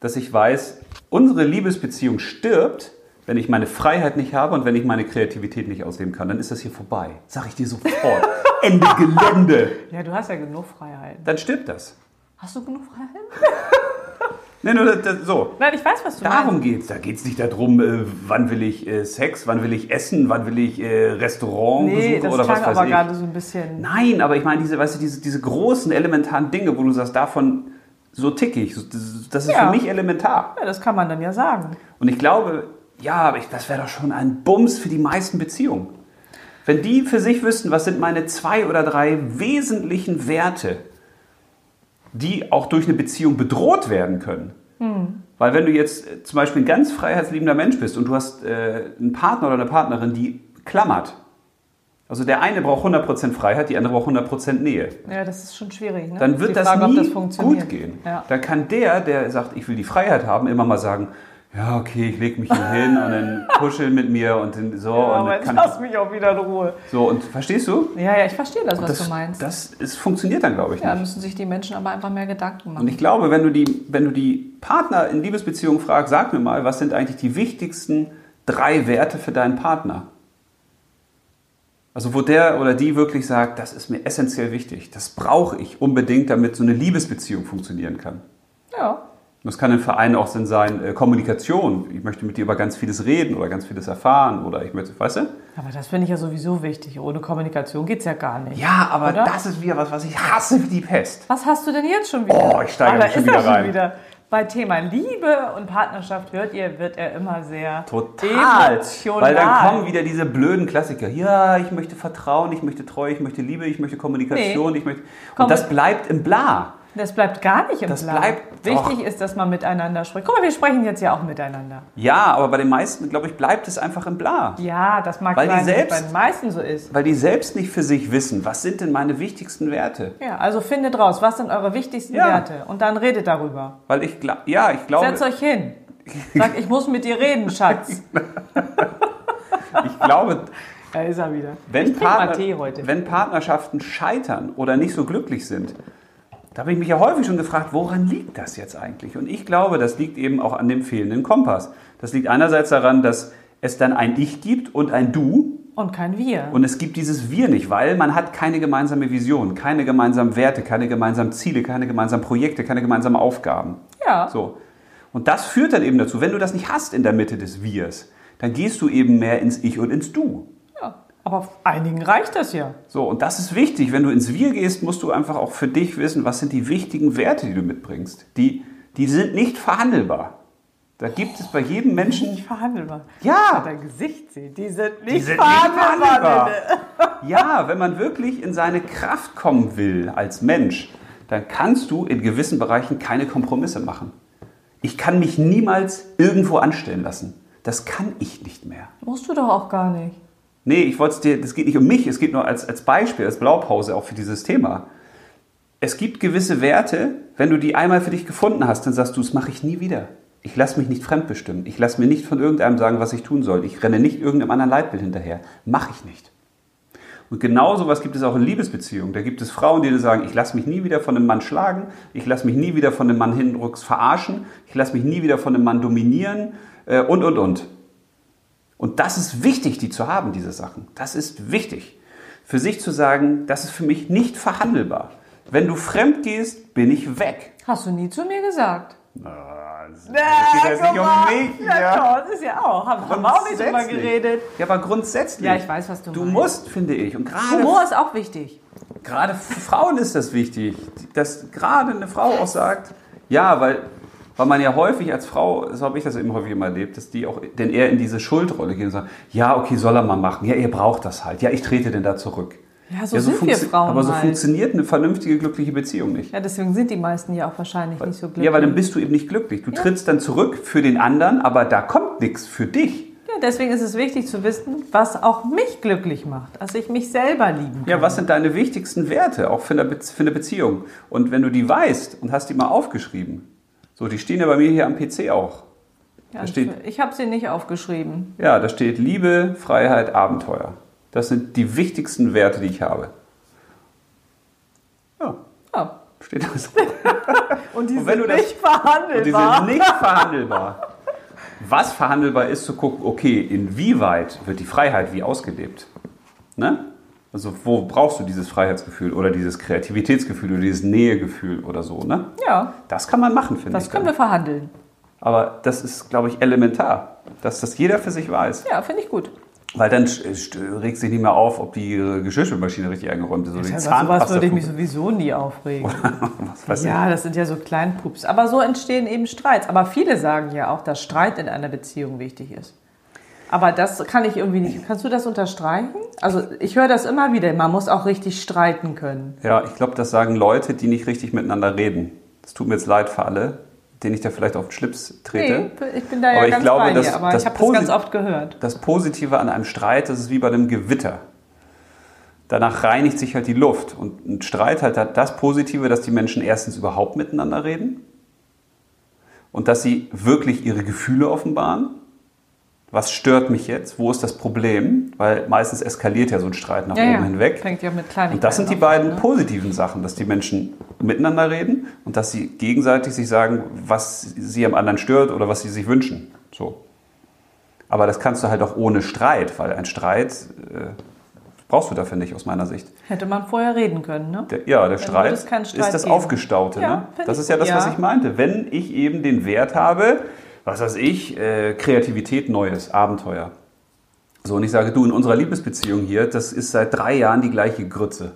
dass ich weiß, unsere Liebesbeziehung stirbt, Wenn ich meine Freiheit nicht habe und wenn ich meine Kreativität nicht ausleben kann, dann ist das hier vorbei. Sag ich dir sofort. Ende Gelände. Ja, du hast ja genug Freiheiten. Dann stirbt das. Hast du genug Freiheiten? Nee, nur das, das, so. Nein, ich weiß, was du Darum geht's. Da geht's nicht darum, äh, wann will ich äh, Sex, wann will ich essen, wann will ich äh, Restaurant meinst. Nee, besuchen das oder was klang weiß aber ich. gerade so ein bisschen. Nein, aber ich meine diese, weißt du, diese, diese großen elementaren Dinge, wo du sagst, davon so tick ich. So, Das das ist Ja. für mich elementar. Ja, das kann man dann ja sagen. Und ich glaube, ja, aber ich, das wäre doch schon ein Bums für die meisten Beziehungen. Wenn die für sich wüssten, was sind meine zwei oder drei wesentlichen Werte, die auch durch eine Beziehung bedroht werden können. Weil wenn du jetzt äh, zum Beispiel ein ganz freiheitsliebender Mensch bist und du hast äh, einen Partner oder eine Partnerin, die klammert. Also der eine braucht 100% Freiheit, die andere braucht 100% Nähe Ja, das ist schon schwierig. Ne? dann Die wird das Frage, ob nie das funktioniert. gut gehen. Ja. Dann kann der, der sagt, ich will die Freiheit haben, immer mal sagen, ja, okay, ich lege mich hier hin und dann kuscheln mit mir und dann so. Ja, und aber Oh, dann jetzt kann lass mich auch wieder in Ruhe. ich, so, und verstehst du? Ja, ja, ich verstehe das, was das du meinst. das ist, funktioniert dann, glaube ich, ja, nicht. müssen sich die Menschen aber einfach mehr Gedanken Und machen. ich glaube, wenn du, die, wenn du die Partner in Liebesbeziehungen fragst, sag mir mal, was sind eigentlich die wichtigsten drei Werte für deinen Partner? Also wo der oder die wirklich sagt, das ist mir essentiell wichtig, das brauche ich unbedingt, damit so eine Liebesbeziehung funktionieren kann. Ja, Das kann im Verein auch Sinn sein, äh, Kommunikation. Ich möchte mit dir über ganz vieles reden oder ganz vieles erfahren oder ich möchte, weißt du? aber das finde ich ja sowieso wichtig. Ohne Kommunikation geht es ja gar nicht. Ja, aber Oder? das ist wieder was, was ich hasse wie die Pest. Was hast du denn jetzt schon wieder? Oh, ich steige Ah, da mich schon ist er wieder rein. wieder. Bei Thema Liebe und Partnerschaft hört ihr, wird er immer sehr Total. emotional. Weil dann kommen wieder diese blöden Klassiker. Ja, ich möchte Vertrauen, ich möchte Treue, ich möchte Liebe, ich möchte Kommunikation, ich möchte. Komm. Und das bleibt im Bla. das bleibt gar nicht im Das Plan. bleibt- Wichtig ist, dass man miteinander spricht. Guck mal, wir sprechen jetzt ja auch miteinander. Ja, aber bei den meisten, glaube ich, bleibt es einfach im Bla. Ja, das mag Weil die sein, dass es selbst- bei den meisten so ist. Weil die selbst nicht für sich wissen, was sind denn meine wichtigsten Werte? Ja, also findet raus, was sind eure wichtigsten Ja. Werte und dann redet darüber. Weil ich glaube, ja, ich glaube. Setzt euch hin. Sagt, ich muss mit dir reden, Schatz. Ich glaube, Da ist er wieder. Wenn, ich trinke mal Partner, Tee heute. wenn Partnerschaften scheitern oder nicht so glücklich sind, da habe ich mich ja häufig schon gefragt, woran liegt das jetzt eigentlich? Und ich glaube, das liegt eben auch an dem fehlenden Kompass. Das liegt einerseits daran, dass es dann ein Ich gibt und ein Du Und kein Wir. und es gibt dieses Wir nicht, weil man hat keine gemeinsame Vision, keine gemeinsamen Werte, keine gemeinsamen Ziele, keine gemeinsamen Projekte, keine gemeinsamen Aufgaben. ja. So. Und das führt dann eben dazu, wenn du das nicht hast in der Mitte des Wirs, dann gehst du eben mehr ins Ich und ins Du. ja. Aber einigen reicht das ja. So, und das ist wichtig. Wenn du ins Wir gehst, musst du einfach auch für dich wissen, was sind die wichtigen Werte, die du mitbringst. Die, die sind nicht verhandelbar. Da gibt es bei jedem Menschen. Nicht verhandelbar. Ja. Dein Gesicht sehen. Die sind nicht sind nicht verhandelbar. verhandelbar. bitte. Ja, wenn man wirklich in seine Kraft kommen will als Mensch, dann kannst du in gewissen Bereichen keine Kompromisse machen. Ich kann mich niemals irgendwo anstellen lassen. Das kann ich nicht mehr. Musst du doch auch gar nicht. Nee, ich wollte es dir, das geht nicht um mich, es geht nur als, als Beispiel, als Blaupause auch für dieses Thema. Es gibt gewisse Werte, wenn du die einmal für dich gefunden hast, dann sagst du, das mache ich nie wieder. Ich lasse mich nicht fremdbestimmen. Ich lasse mir nicht von irgendeinem sagen, was ich tun soll. Ich renne nicht irgendeinem anderen Leitbild hinterher. Mache ich nicht. Und genau sowas gibt es auch in Liebesbeziehungen. Da gibt es Frauen, die dir sagen, ich lasse mich nie wieder von einem Mann schlagen, ich lasse mich nie wieder von einem Mann hindrucks verarschen, ich lasse mich nie wieder von einem Mann dominieren äh, und, und, und. Und das ist wichtig, die zu haben, diese Sachen. Das ist wichtig. Für sich zu sagen, das ist für mich nicht verhandelbar. Wenn du fremd gehst, bin ich weg. Hast du nie zu mir gesagt. Das um guck mal. Ja, das ist ja auch. Haben, haben wir auch nicht drüber geredet. Ja, aber grundsätzlich. Ja, ich weiß, was du Du meinst. musst, finde ich, und gerade, Humor ist auch wichtig. gerade für Frauen ist das wichtig, dass gerade eine Frau auch sagt, ja, weil, weil man ja häufig als Frau, so habe ich das eben häufig immer erlebt, dass die auch denn eher in diese Schuldrolle gehen und sagen, ja, okay, soll er mal machen, ja, ihr braucht das halt, ja, ich trete denn da zurück. Ja, so Ja, so sind wir funktio- Frauen aber so halt. funktioniert eine vernünftige, glückliche Beziehung nicht. Ja, deswegen sind die meisten ja auch wahrscheinlich nicht so glücklich. Ja, weil dann bist du eben nicht glücklich. Du trittst dann zurück für den anderen, aber da kommt nichts für dich. Ja, deswegen ist es wichtig zu wissen, was auch mich glücklich macht, dass ich mich selber lieben kann. Ja, was sind deine wichtigsten Werte, auch für eine, Be für eine Beziehung? Und wenn du die weißt und hast die mal aufgeschrieben, so, die stehen ja bei mir hier am PC auch. Ja, da steht- ich habe sie nicht aufgeschrieben. Ja, da steht Liebe, Freiheit, Abenteuer. Das sind die wichtigsten Werte, die ich habe. Ja, Ja. steht das. Und die Und wenn sind du das- nicht Und die sind verhandelbar. nicht verhandelbar. was verhandelbar ist, zu gucken, okay, inwieweit wird die Freiheit wie ausgelebt? Ne? Also wo brauchst du dieses Freiheitsgefühl oder dieses Kreativitätsgefühl oder dieses Nähegefühl oder so? Ne? Ja, Das kann man machen, finde ich. das können wir dann. verhandeln. Aber das ist, glaube ich, elementar, dass das jeder für sich weiß. Ja, finde ich gut. Weil dann st- st- regt sich nicht mehr auf, ob die ihre Geschirrspülmaschine richtig eingeräumt ist oder die Ja, Zahnpasta. sowas würde ich mich sowieso nie aufregen. was weiß Ja, das sind ja so Kleinpups. Aber so entstehen eben Streits. Aber viele sagen ja auch, dass Streit in einer Beziehung wichtig ist. Aber das kann ich irgendwie nicht. Kannst du das unterstreichen? Also ich höre das immer wieder. Man muss auch richtig streiten können. ich. Ja, ich glaube, das sagen Leute, die nicht richtig miteinander reden. Es tut mir jetzt leid für alle, denen ich da vielleicht auf den Schlips trete. Nee, ich bin da ja Aber ich ganz glaube, bei das- dir. Aber das ich habe das ganz Posi- oft gehört. Das Positive an einem Streit, das ist wie bei einem Gewitter. Danach reinigt sich halt die Luft. Und ein Streit halt hat das Positive, dass die Menschen erstens überhaupt miteinander reden und dass sie wirklich ihre Gefühle offenbaren. Was stört mich jetzt? Wo ist das Problem? Weil meistens eskaliert ja so ein Streit nach oben hinweg. Fängt ja mit kleinen Und das sind die beiden ne? positiven Sachen, dass die Menschen miteinander reden und dass sie gegenseitig sich sagen, was sie am anderen stört oder was sie sich wünschen. So. Aber das kannst du halt auch ohne Streit, weil ein Streit äh, brauchst du dafür nicht aus meiner Sicht. Hätte man vorher reden können, ne? Der, ja, der Dann Streit, würde es keinen Streit ist das geben. Aufgestaute. Ja, ne? find Das ich ist ja gut, das, was ja. ich meinte. Wenn ich eben den Wert habe, was weiß ich, äh, Kreativität, Neues, Abenteuer. So, und ich sage, du, in unserer Liebesbeziehung hier, das ist seit drei Jahren die gleiche Grütze.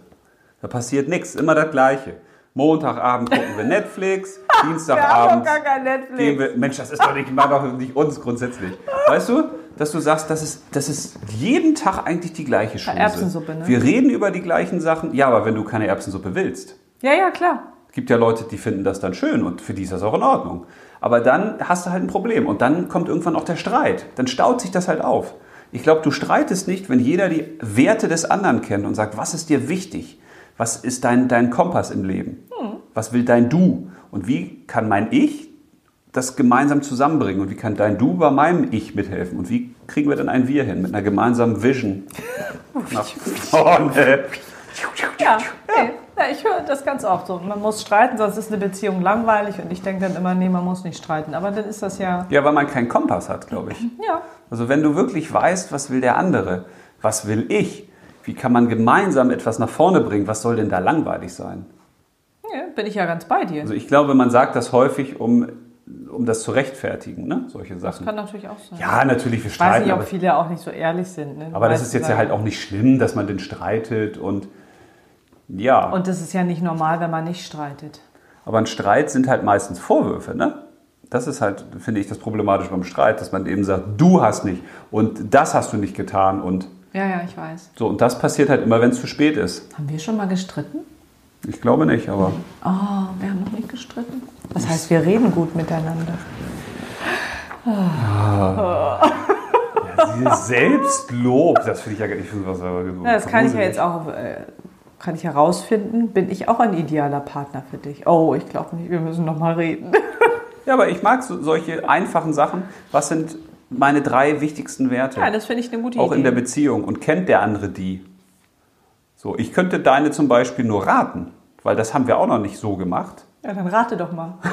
Da passiert nichts, immer das Gleiche. Montagabend gucken wir Netflix, Dienstagabend Wir haben doch gar kein Netflix. gehen wir, Mensch, das ist doch nicht, mal doch nicht uns grundsätzlich. Weißt du, dass du sagst, das ist, das ist jeden Tag eigentlich die gleiche Schule. Erbsensuppe, ne? Wir reden über die gleichen Sachen, ja, aber wenn du keine Erbsensuppe willst, Ja, ja, klar. gibt ja Leute, die finden das dann schön und für die ist das auch in Ordnung. Aber dann hast du halt ein Problem und dann kommt irgendwann auch der Streit. Dann staut sich das halt auf. Ich glaube, du streitest nicht, wenn jeder die Werte des anderen kennt und sagt, was ist dir wichtig? Was ist dein, dein Kompass im Leben? Was will dein Du? Und wie kann mein Ich das gemeinsam zusammenbringen? Und wie kann dein Du bei meinem Ich mithelfen? Und wie kriegen wir dann ein Wir hin? Mit einer gemeinsamen Vision. Nach vorne. Ja, Nee, na, ich höre das ganz oft so. Man muss streiten, sonst ist eine Beziehung langweilig. Und ich denke dann immer, nee, man muss nicht streiten. Aber dann ist das ja, Ja, weil man keinen Kompass hat, glaube ich. ja, Also wenn du wirklich weißt, was will der andere, was will ich, wie kann man gemeinsam etwas nach vorne bringen, was soll denn da langweilig sein? nee, bin ich ja ganz bei dir. Also ich glaube, man sagt das häufig, um, um das zu rechtfertigen, ne? solche Das Sachen. kann natürlich auch sein. ja, natürlich, ich wir weiß streiten, nicht, ob aber, viele auch nicht so ehrlich sind. Ne? Du aber das weißt, ist jetzt ja halt auch nicht schlimm, dass man den streitet und ja, Und das ist ja nicht normal, wenn man nicht streitet. aber ein Streit sind halt meistens Vorwürfe, ne? Das ist halt, finde ich, das Problematische beim Streit, dass man eben sagt, du hast nicht und das hast du nicht getan und Ja, ja, ich weiß. so. Und das passiert halt immer, wenn es zu spät ist. Haben wir schon mal gestritten? Ich glaube nicht, aber. Oh, wir haben noch nicht gestritten. Das heißt, wir reden gut miteinander. Dieses Selbstlob, das finde ich ja gar nicht. Was, Ja, das kann ich ja jetzt auch äh, kann ich herausfinden. Bin ich auch ein idealer Partner für dich? Oh, ich glaube nicht, wir müssen noch mal reden. Ja, aber ich mag so, solche einfachen Sachen. Was sind meine drei wichtigsten Werte? Ja, das finde ich eine gute auch Idee. in der Beziehung. Und kennt der andere die? So, ich könnte deine zum Beispiel nur raten, weil das haben wir auch noch nicht so gemacht. ja, dann rate doch mal.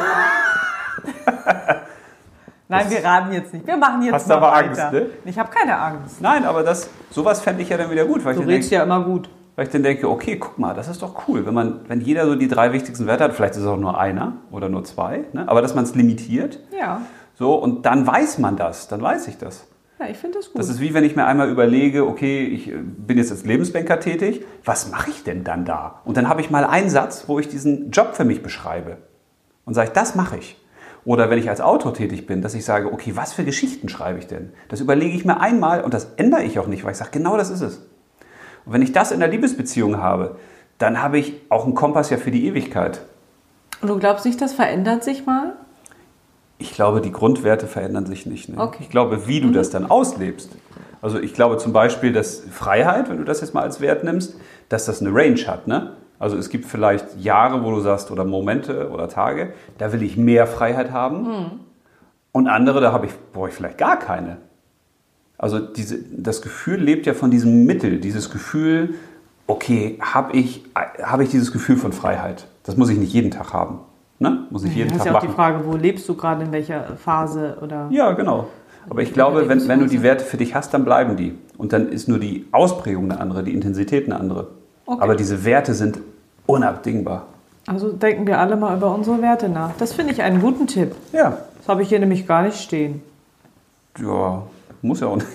Nein, wir raten jetzt nicht. Wir machen jetzt Hast mal aber Angst, weiter. ne? Ich habe keine Angst. Nein, aber das, sowas fände ich ja dann wieder gut, weil ich Du dann denke, redest ja immer gut. Weil ich dann denke, okay, guck mal, das ist doch cool, wenn man, wenn jeder so die drei wichtigsten Werte hat, vielleicht ist es auch nur einer oder nur zwei, ne? aber dass man es limitiert, Ja, so und dann weiß man das, dann weiß ich das. ja ich finde das gut. Das ist wie wenn ich mir einmal überlege, okay, ich äh, bin jetzt als Lebensbanker tätig, was mache ich denn dann da? Und dann habe ich mal einen Satz, wo ich diesen Job für mich beschreibe und sage, ich, das mache ich. Oder wenn ich als Autor tätig bin, dass ich sage, okay, was für Geschichten schreibe ich denn? Das überlege ich mir einmal und das ändere ich auch nicht, weil ich sage, genau das ist es. Und wenn ich das in der Liebesbeziehung habe, dann habe ich auch einen Kompass ja für die Ewigkeit. Und du glaubst nicht, das verändert sich mal? Ich glaube, die Grundwerte verändern sich nicht. Ne? Okay. Mhm. Ich glaube, wie du das dann auslebst. Also ich glaube zum Beispiel, dass Freiheit, wenn du das jetzt mal als Wert nimmst, dass das eine Range hat. Ne? Also es gibt vielleicht Jahre, wo du sagst, oder Momente oder Tage, da will ich mehr Freiheit haben. Mhm. Und andere, da habe ich, brauche ich vielleicht gar keine. Also diese, das Gefühl lebt ja von diesem Mittel, dieses Gefühl, äh, okay, habe ich, habe ich dieses Gefühl von Freiheit? Das muss ich nicht jeden Tag haben. Ne? Muss nicht jeden Das ist Tag ja auch die machen. Frage, wo lebst du gerade, in welcher Phase oder Ja, genau. Aber ich glaube, wenn, wenn du die Werte für dich hast, dann bleiben die. Und dann ist nur die Ausprägung eine andere, die Intensität eine andere. Okay. Aber diese Werte sind unabdingbar. Also denken wir alle mal über unsere Werte nach. Das finde ich einen guten Tipp. Ja. Das habe ich hier nämlich gar nicht stehen. Ja, muss ja auch nicht.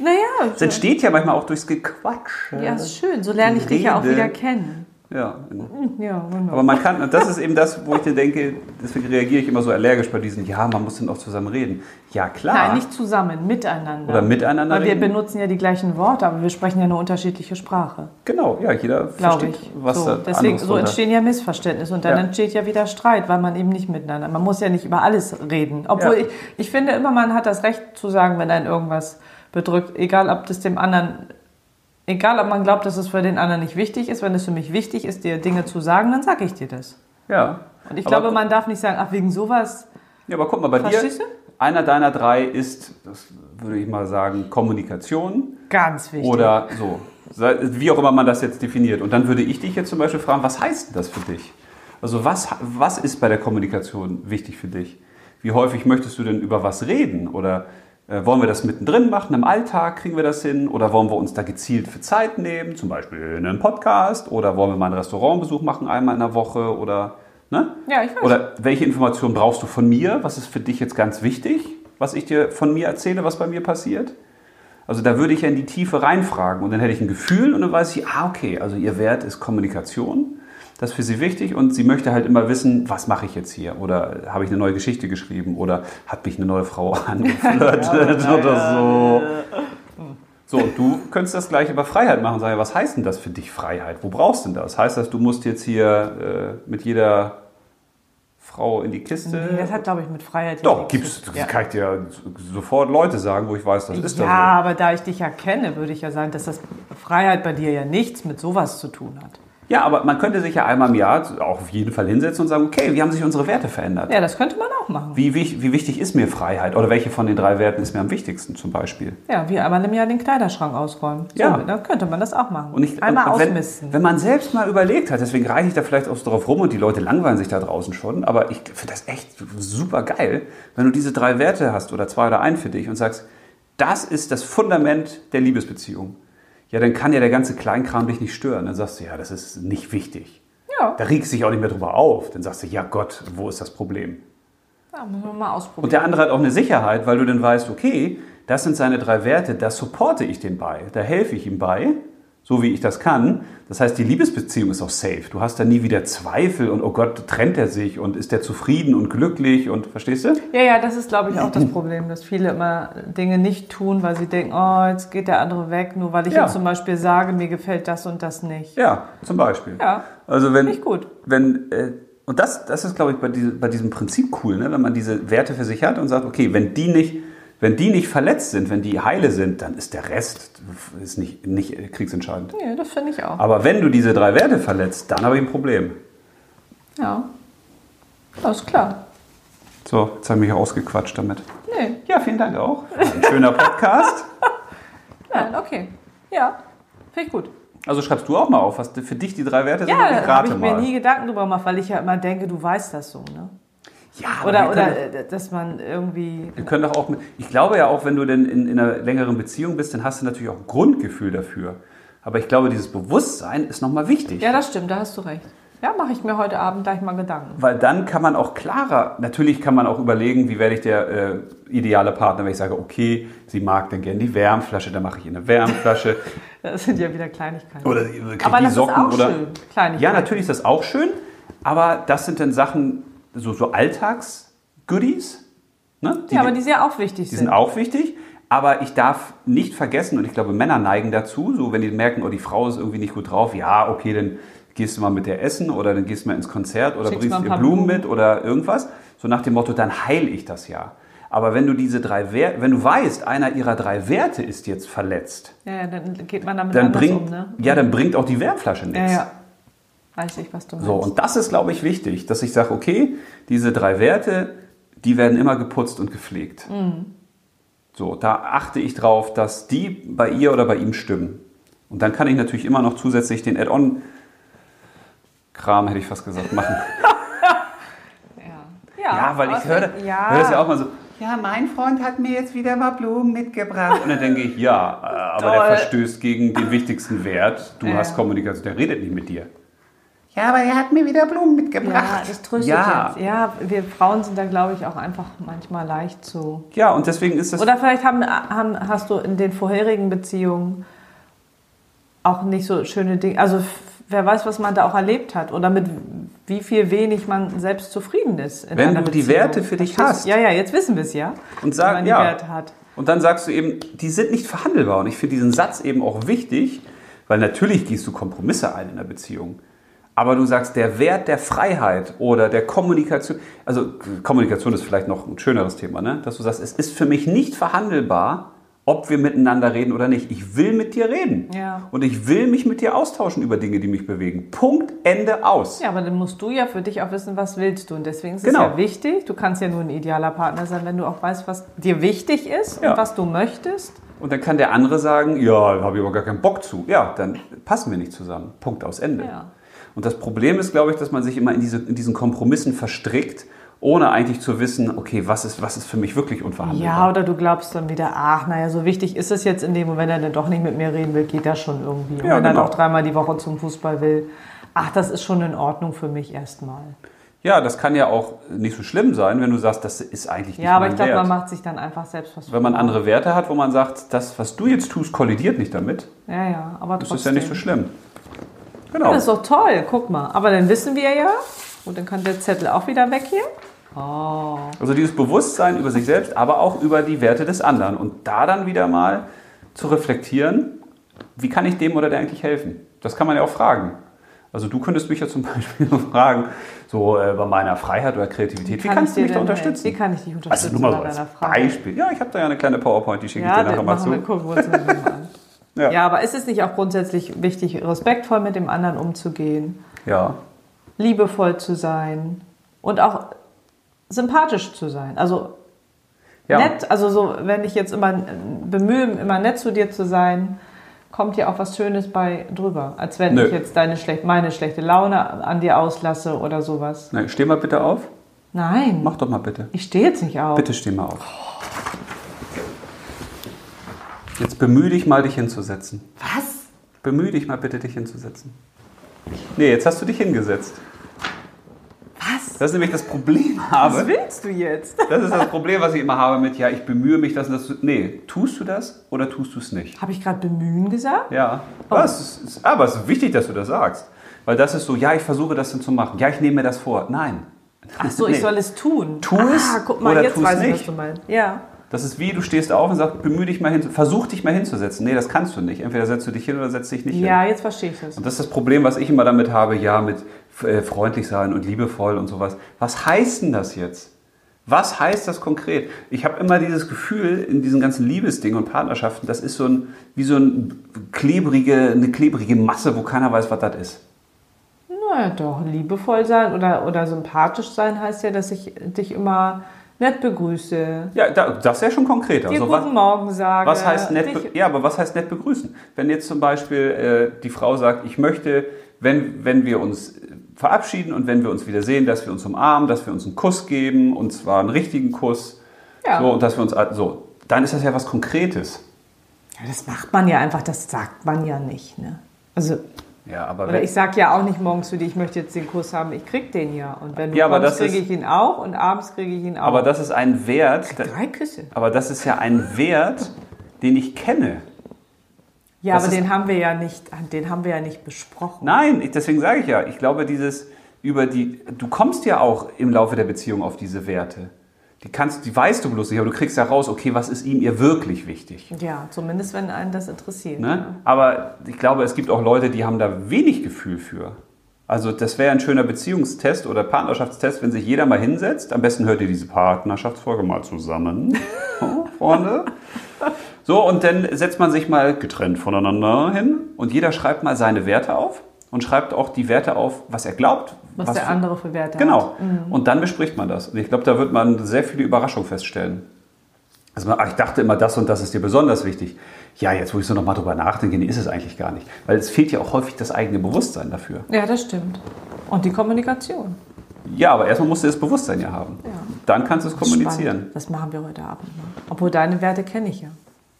Naja, Das entsteht ja manchmal auch durchs Gequatsch. ja, ist schön. So lerne ich dich ja auch Rede. wieder kennen. Ja, genau. Ja, genau. Aber man kann, und das ist eben das, wo ich dir denke, deswegen reagiere ich immer so allergisch bei diesen, ja, man muss dann auch zusammen reden. Ja, klar. Nein, nicht zusammen, miteinander. Ah. Oder miteinander Weil wir reden. benutzen ja die gleichen Worte, aber wir sprechen ja eine unterschiedliche Sprache, Genau, ja, jeder glaube versteht, ich. was so, da deswegen, anderes so drunter- entstehen ja Missverständnisse und dann Ja. entsteht ja wieder Streit, weil man eben nicht miteinander. Man muss ja nicht über alles reden. Obwohl Ja. ich, ich finde immer, man hat das Recht zu sagen, wenn einen irgendwas bedrückt, egal ob das dem anderen. Egal, ob man glaubt, dass es für den anderen nicht wichtig ist, wenn es für mich wichtig ist, dir Dinge zu sagen, dann sage ich dir das. Ja. Und ich Aber- glaube, man darf nicht sagen, ach, wegen sowas. Ja, aber guck mal, bei dir, Verstehst du? einer deiner drei ist, das würde ich mal sagen, Kommunikation Ganz wichtig. oder so. Sei- Wie auch immer man das jetzt definiert. Und dann würde ich dich jetzt zum Beispiel fragen, was heißt denn das für dich? Also was, was ist bei der Kommunikation wichtig für dich? Wie häufig möchtest du denn über was reden? Oder äh, wollen wir das mittendrin machen, im Alltag kriegen wir das hin? Oder wollen wir uns da gezielt für Zeit nehmen, zum Beispiel einen Podcast? Oder wollen wir mal einen Restaurantbesuch machen, einmal in der Woche? Oder, ne? Ja, ich weiß. Oder welche Informationen brauchst du von mir? Was ist für dich jetzt ganz wichtig? Was ich dir von mir erzähle, was bei mir passiert? Also da würde ich ja in die Tiefe reinfragen und dann hätte ich ein Gefühl und dann weiß ich, ah okay, also ihr Wert ist Kommunikation, das ist für sie wichtig und sie möchte halt immer wissen, was mache ich jetzt hier oder habe ich eine neue Geschichte geschrieben oder hat mich eine neue Frau angeflirtet oder so. So, und du könntest das gleich über Freiheit machen und sagen, was heißt denn das für dich Freiheit? Wo brauchst du denn das? Heißt das, du musst jetzt hier äh, mit jeder Frau in die Kiste? Nee, das hat, glaube ich, mit Freiheit. Äh, Doch, nichts gibt's, zu- das Ja, kann ich dir sofort Leute sagen, wo ich weiß, das ist ja da so. aber da ich dich ja kenne, würde ich ja sagen, dass das Freiheit bei dir ja nichts mit sowas zu tun hat. Ja, aber man könnte sich ja einmal im Jahr auch auf jeden Fall hinsetzen und sagen, okay, wie haben sich unsere Werte verändert? Ja, das könnte man auch machen. Wie, wich- wie wichtig ist mir Freiheit? Oder welche von den drei Werten ist mir am wichtigsten zum Beispiel? Ja, wie einmal im Jahr den Kleiderschrank ausräumen. So, Ja. Dann könnte man das auch machen. Und ich, einmal und, und ausmisten. wenn, wenn man selbst mal überlegt hat, deswegen reiche ich da vielleicht auch so drauf rum und die Leute langweilen sich da draußen schon, aber ich finde das echt super geil, wenn du diese drei Werte hast oder zwei oder einen für dich und sagst, das ist das Fundament der Liebesbeziehung. Ja, dann kann ja der ganze Kleinkram dich nicht stören. Dann sagst du, ja, das ist nicht wichtig. ja, Da regst du dich auch nicht mehr drüber auf. Dann sagst du, ja Gott, wo ist das Problem? ja, müssen wir mal ausprobieren. Und der andere hat auch eine Sicherheit, weil du dann weißt, okay, das sind seine drei Werte, da supporte ich den bei, da helfe ich ihm bei, so wie ich das kann. Das heißt, die Liebesbeziehung ist auch safe. Du hast da nie wieder Zweifel und oh Gott, trennt er sich und ist der zufrieden und glücklich und verstehst du? Ja, ja, das ist, glaube ich, auch das Problem, dass viele immer Dinge nicht tun, weil sie denken, oh, jetzt geht der andere weg, nur weil ich Ja. jetzt zum Beispiel sage, mir gefällt das und das nicht. Ja, zum Beispiel. Ja, Also wenn, Finde ich gut. wenn äh, und das, das ist, glaube ich, bei, diese, bei diesem Prinzip cool, ne? wenn man diese Werte für sich hat und sagt, okay, wenn die nicht, wenn die nicht verletzt sind, wenn die heile sind, dann ist der Rest ist nicht, nicht äh, kriegsentscheidend. Nee, das finde ich auch. Aber wenn du diese drei Werte verletzt, dann habe ich ein Problem. Ja. Das ist klar. So, jetzt habe ich mich ausgequatscht damit. Nee, Ja, vielen Dank auch. Ein schöner Podcast. nein, okay. Ja, finde ich gut. Also schreibst du auch mal auf, was für dich die drei Werte sind. und Ja, ich da habe rate ich mir mal. nie Gedanken drüber gemacht, weil ich ja immer denke, du weißt das so, ne? ja, aber Oder, wir oder Können, äh, dass man irgendwie. wir können doch auch mit, ich glaube ja auch, wenn du denn in, in einer längeren Beziehung bist, dann hast du natürlich auch ein Grundgefühl dafür. Aber ich glaube, dieses Bewusstsein ist nochmal wichtig. Ja, das stimmt, da hast du recht. Ja, mache ich mir heute Abend gleich mal Gedanken. Weil dann kann man auch klarer, natürlich kann man auch überlegen, wie werde ich der äh, ideale Partner, wenn ich sage, okay, sie mag dann gerne die Wärmflasche, dann mache ich ihr eine Wärmflasche. Das sind ja wieder Kleinigkeiten. Oder kriegt Aber die das ist Socken auch oder. schön. Kleinigkeiten. Ja, natürlich ist das auch schön, aber das sind dann Sachen, so, so Alltags-Goodies. Ne? ja, aber die sehr auch wichtig die sind. sind auch wichtig. Aber ich darf nicht vergessen, und ich glaube, Männer neigen dazu, so wenn die merken, oh, die Frau ist irgendwie nicht gut drauf, ja, okay, dann gehst du mal mit der essen oder dann gehst du mal ins Konzert oder Schickst mal bringst ein ihr paar Blumen Blumen. mit oder irgendwas. So nach dem Motto, dann heile ich das ja. Aber wenn du diese drei Werte, wenn du weißt, einer ihrer drei Werte ist jetzt verletzt, ja, ja, dann geht man damit dann anders bringt, um, ne? ja, dann bringt auch die Wärmflasche nichts. Ja, ja. Weiß ich, was du meinst. So, und das ist, glaube ich, wichtig, dass ich sage, okay, diese drei Werte, die werden immer geputzt und gepflegt. So, da achte ich drauf, dass die bei ihr oder bei ihm stimmen. Und dann kann ich natürlich immer noch zusätzlich den Add-on-Kram, hätte ich fast gesagt, machen. Ja, Ja, weil ich aus- höre ja. hör das ja auch mal so. Ja, mein Freund hat mir jetzt wieder mal Blumen mitgebracht. Und dann denke ich, ja, äh, aber der Toll. verstößt gegen den wichtigsten Wert. Du Ja. hast Kommunikation, der redet nicht mit dir. Ja, aber er hat mir wieder Blumen mitgebracht. Ja, das tröstet ja. jetzt. Ja, wir Frauen sind da, glaube ich, auch einfach manchmal leicht zu. ja, und deswegen ist das. Oder vielleicht haben, haben, hast du in den vorherigen Beziehungen auch nicht so schöne Dinge. Also f- wer weiß, was man da auch erlebt hat oder mit wie viel wenig man selbst zufrieden ist. In Wenn einer du die Beziehung. Werte für dich Verstehst hast. du? Ja, ja, jetzt wissen wir es ja. Und wie sag- man die ja. Werte hat. Und dann sagst du eben, die sind nicht verhandelbar. Und ich finde diesen Satz eben auch wichtig, weil natürlich gehst du Kompromisse ein in der Beziehung. Aber du sagst, der Wert der Freiheit oder der Kommunikation, also Kommunikation ist vielleicht noch ein schöneres Thema, ne? dass du sagst, es ist für mich nicht verhandelbar, ob wir miteinander reden oder nicht. Ich will mit dir reden. Ja. Und ich will mich mit dir austauschen über Dinge, die mich bewegen. Punkt, Ende, aus. Ja, aber dann musst du ja für dich auch wissen, was willst du. Und deswegen ist Genau. es ja wichtig, du kannst ja nur ein idealer Partner sein, wenn du auch weißt, was dir wichtig ist Ja. und was du möchtest. Und dann kann der andere sagen, ja, da habe ich aber gar keinen Bock zu. Ja, dann passen wir nicht zusammen. Punkt aus Ende. Ja. Und das Problem ist, glaube ich, dass man sich immer in, diese, in diesen Kompromissen verstrickt, ohne eigentlich zu wissen, okay, was ist, was ist für mich wirklich Ja, unverhandelbar. oder du glaubst dann wieder, ach, naja, so wichtig ist es jetzt in dem Moment, wenn er dann doch nicht mit mir reden will, geht das schon irgendwie. Und Ja, wenn er genau. noch dreimal die Woche zum Fußball will, ach, das ist schon in Ordnung für mich erstmal. Ja, das kann ja auch nicht so schlimm sein, wenn du sagst, das ist eigentlich nicht Ja, aber mein ich glaube, Wert. man macht sich dann einfach selbst was wenn man andere Werte hat, wo man sagt, das, was du jetzt tust, kollidiert nicht damit, vor. Ja, ja, aber das trotzdem. ist ja nicht so schlimm. Genau. Ja, Das ist doch toll, guck mal. Aber dann wissen wir ja, und dann kann der Zettel auch wieder weg hier. Oh. Also dieses Bewusstsein über sich selbst, aber auch über die Werte des anderen. Und da dann wieder mal zu reflektieren, wie kann ich dem oder der eigentlich helfen? Das kann man ja auch fragen. Also du könntest mich ja zum Beispiel fragen, so äh, bei meiner Freiheit oder Kreativität, wie kannst du dir mich da denn helfen? unterstützen? Wie kann ich dich unterstützen also nur mal so bei als deiner Frage? Beispiel. Ja, ich habe da ja eine kleine PowerPoint, die schicke Ja, ich dir nachher dann mal machen zu. wir gucken wir uns das mal an. Ja. ja. aber ist es nicht auch grundsätzlich wichtig, respektvoll mit dem anderen umzugehen, Ja. liebevoll zu sein und auch sympathisch zu sein? Also Ja. nett, also so, wenn ich jetzt immer äh, bemühe, immer nett zu dir zu sein, kommt ja auch was Schönes bei drüber, als wenn Nö. ich jetzt deine schlecht, meine schlechte Laune an dir auslasse oder sowas. Na, steh mal bitte auf. Nein, Mach doch mal bitte. ich stehe jetzt nicht auf. Bitte steh mal auf. Jetzt bemühe dich mal, dich hinzusetzen. Was? Bemühe dich mal bitte, dich hinzusetzen. Nee, jetzt hast du dich hingesetzt. Was? Das ist nämlich das Problem Was habe. willst du jetzt? Das ist das Problem, was ich immer habe mit, ja, ich bemühe mich, das und das. zu- Nee, tust du das oder tust du es nicht? Habe ich gerade bemühen gesagt? Ja. Oh. Was? Es ist- Aber es ist wichtig, dass du das sagst. Weil das ist so, ja, ich versuche das dann zu machen. Ja, ich nehme mir das vor. Nein. Ach so, ich soll es tun. Tu Ah, es guck mal, oder jetzt tu es weiß ich, was nicht. du meinst. Ja. Das ist wie, du stehst auf und sagst, bemühe dich mal hin, versuch dich mal hinzusetzen. Nee, das kannst du nicht. Entweder setzt du dich hin oder setzt dich nicht hin. ja, jetzt verstehe ich das. Und das ist das Problem, was ich immer damit habe, ja, mit äh, freundlich sein und liebevoll und sowas. Was heißt denn das jetzt? Was heißt das konkret? Ich habe immer dieses Gefühl in diesen ganzen Liebesdingen und Partnerschaften, das ist so ein, wie so ein klebrige, eine klebrige Masse, wo keiner weiß, was das ist. Naja, doch, liebevoll sein oder, oder sympathisch sein heißt ja, dass ich dich immer nett begrüße, Ja, da, das ist ja schon konkreter. dir So, was, guten Morgen sage. Also was heißt nett, dich, be- ja, aber was heißt nett begrüßen? Wenn jetzt zum Beispiel äh, die Frau sagt, ich möchte, wenn, wenn wir uns äh, verabschieden und wenn wir uns wiedersehen, dass wir uns umarmen, dass wir uns einen Kuss geben und zwar einen richtigen Kuss. Ja. So, und dass wir uns so, dann ist das ja was Konkretes. ja, das macht man ja einfach, das sagt man ja nicht. Ne? Also, Ja, aber oder wenn, ich sage ja auch nicht morgens zu dir, ich möchte jetzt den Kuss haben, ich krieg den ja. Und wenn du Ja, aber kommst, das ist- kriege ich ihn auch und abends kriege ich ihn auch. aber das ist ein Wert, da, Drei Küsse. aber das ist ja ein Wert, den ich kenne. Ja, das aber ist- den haben wir ja nicht, den haben wir ja nicht besprochen. Nein, ich, deswegen sage ich ja, ich glaube, dieses über die, du kommst ja auch im Laufe der Beziehung auf diese Werte. Die kannst, die weißt du bloß nicht, aber du kriegst ja raus, okay, was ist ihm ihr wirklich wichtig? Ja, zumindest wenn einen das interessiert. Ne? Aber ich glaube, es gibt auch Leute, die haben da wenig Gefühl für. Also das wäre ein schöner Beziehungstest oder Partnerschaftstest, wenn sich jeder mal hinsetzt. Am besten hört ihr diese Partnerschaftsfolge mal zusammen, Oh, Freunde. So, und dann setzt man sich mal getrennt voneinander hin und jeder schreibt mal seine Werte auf und schreibt auch die Werte auf, was er glaubt. Was, der für- andere für Werte Genau. hat. Und dann bespricht man das. Und ich glaube, da wird man sehr viele Überraschungen feststellen. Also man, ach, ich dachte immer, das und das ist dir besonders wichtig. Ja, jetzt wo ich so nochmal drüber nachdenke, nee, ist es eigentlich gar nicht. Weil es fehlt ja auch häufig das eigene Bewusstsein dafür. Ja, das stimmt. Und die Kommunikation. Ja, aber erstmal musst du das Bewusstsein ja haben. Dann kannst du es kommunizieren. Spannend. Das machen wir heute Abend mal. Obwohl deine Werte kenne ich ja.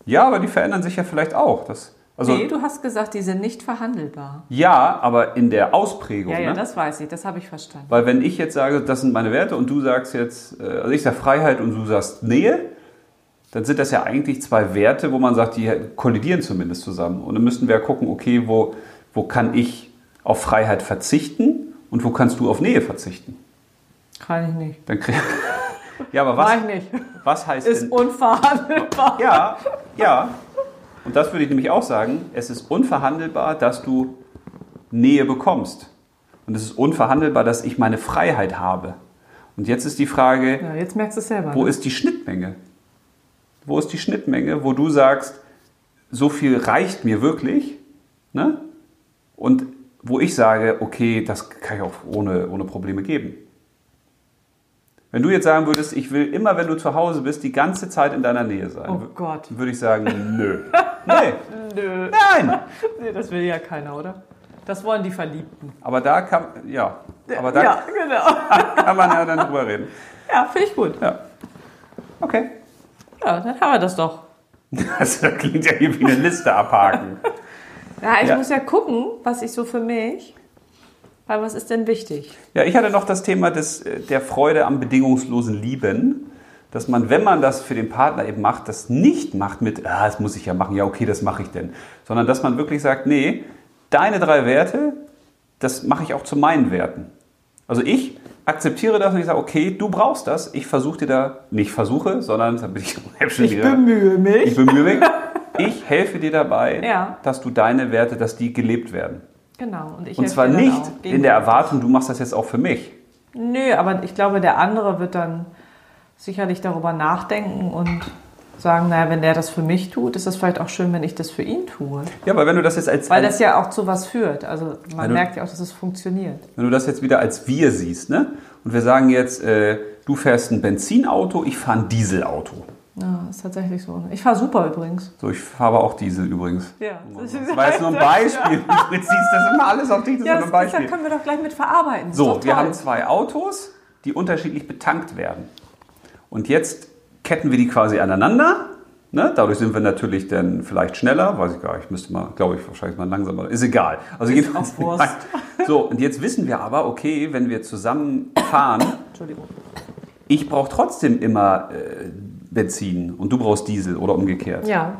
Ja, aber die verändern sich ja vielleicht auch. Das, also, nee, du hast gesagt, die sind nicht verhandelbar. Ja, aber in der Ausprägung. Ja, ja, ne? das weiß ich, das habe ich verstanden. Weil wenn ich jetzt sage, das sind meine Werte und du sagst jetzt, äh, also ich sage Freiheit und du sagst Nähe, dann sind das ja eigentlich zwei Werte, wo man sagt, die kollidieren zumindest zusammen. Und dann müssten wir ja gucken, okay, wo, wo kann ich auf Freiheit verzichten und wo kannst du auf Nähe verzichten? Kann ich nicht. Dann krieg ja, aber was, Mach ich nicht. was heißt Ist denn... unverhandelbar. Ja, ja. Und das würde ich nämlich auch sagen, es ist unverhandelbar, dass du Nähe bekommst. Und es ist unverhandelbar, dass ich meine Freiheit habe. Und jetzt ist die Frage, Ja, jetzt merkst du es selber. wo ne? ist die Schnittmenge? Wo ist die Schnittmenge, wo du sagst, so viel reicht mir wirklich? Ne? Und wo ich sage, okay, das kann ich auch ohne, ohne Probleme geben. Wenn du jetzt sagen würdest, ich will immer, wenn du zu Hause bist, die ganze Zeit in deiner Nähe sein, Oh wür- Gott. würde ich sagen, nö. Nee, Nö. nein! Nee, das will ja keiner, oder? Das wollen die Verliebten. Aber da kann, ja, aber da ja, genau. kann man ja dann drüber reden. Ja, finde ich gut. Ja. Okay. Ja, dann haben wir das doch. Das klingt ja hier wie eine Liste abhaken. Ja, ich Ja. muss ja gucken, was ich so für mich. Weil was ist denn wichtig? Ja, ich hatte noch das Thema des, äh, der Freude am bedingungslosen Lieben, dass man, wenn man das für den Partner eben macht, das nicht macht mit, ah, das muss ich ja machen, ja, okay, das mache ich denn, sondern dass man wirklich sagt, nee, deine drei Werte, das mache ich auch zu meinen Werten. Also ich akzeptiere das und ich sage, okay, du brauchst das, ich versuche dir da, nicht versuche, sondern, da bin ich, schon wieder- bemühe ich bemühe mich, ich helfe dir dabei, Ja. dass du deine Werte, dass die gelebt werden. Genau. Und, ich Und helfe zwar dir dann nicht auch. in der Erwartung, du machst das jetzt auch für mich. Nö, aber ich glaube, der andere wird dann sicherlich darüber nachdenken und sagen, naja, wenn der das für mich tut, ist das vielleicht auch schön, wenn ich das für ihn tue. Ja, weil wenn du das jetzt als, Weil als das ja auch zu was führt. Also man Also- merkt ja auch, dass es funktioniert. wenn du das jetzt wieder als wir siehst, ne? Und wir sagen jetzt, äh, du fährst ein Benzinauto, ich fahre ein Dieselauto. Ja, ist tatsächlich so. Ich fahre super übrigens. So, ich fahre aber auch Diesel übrigens. Ja, das ist- Oh Das war jetzt nur ein Beispiel. Du ziehst das immer alles auf dich, das Ja, ist das, nur ein das Beispiel. können wir doch gleich mit verarbeiten. Das ist So, doch wir toll. haben zwei Autos, die unterschiedlich betankt werden. Und jetzt ketten wir die quasi aneinander. Ne? Dadurch sind wir natürlich dann vielleicht schneller, weiß ich gar nicht, müsste mal, glaube ich, wahrscheinlich mal langsamer. Ist egal. Also Ist jedenfalls- auch Wurst. So, und jetzt wissen wir aber, okay, wenn wir zusammen fahren, Entschuldigung. ich brauche trotzdem immer äh, Benzin und du brauchst Diesel oder umgekehrt. Ja,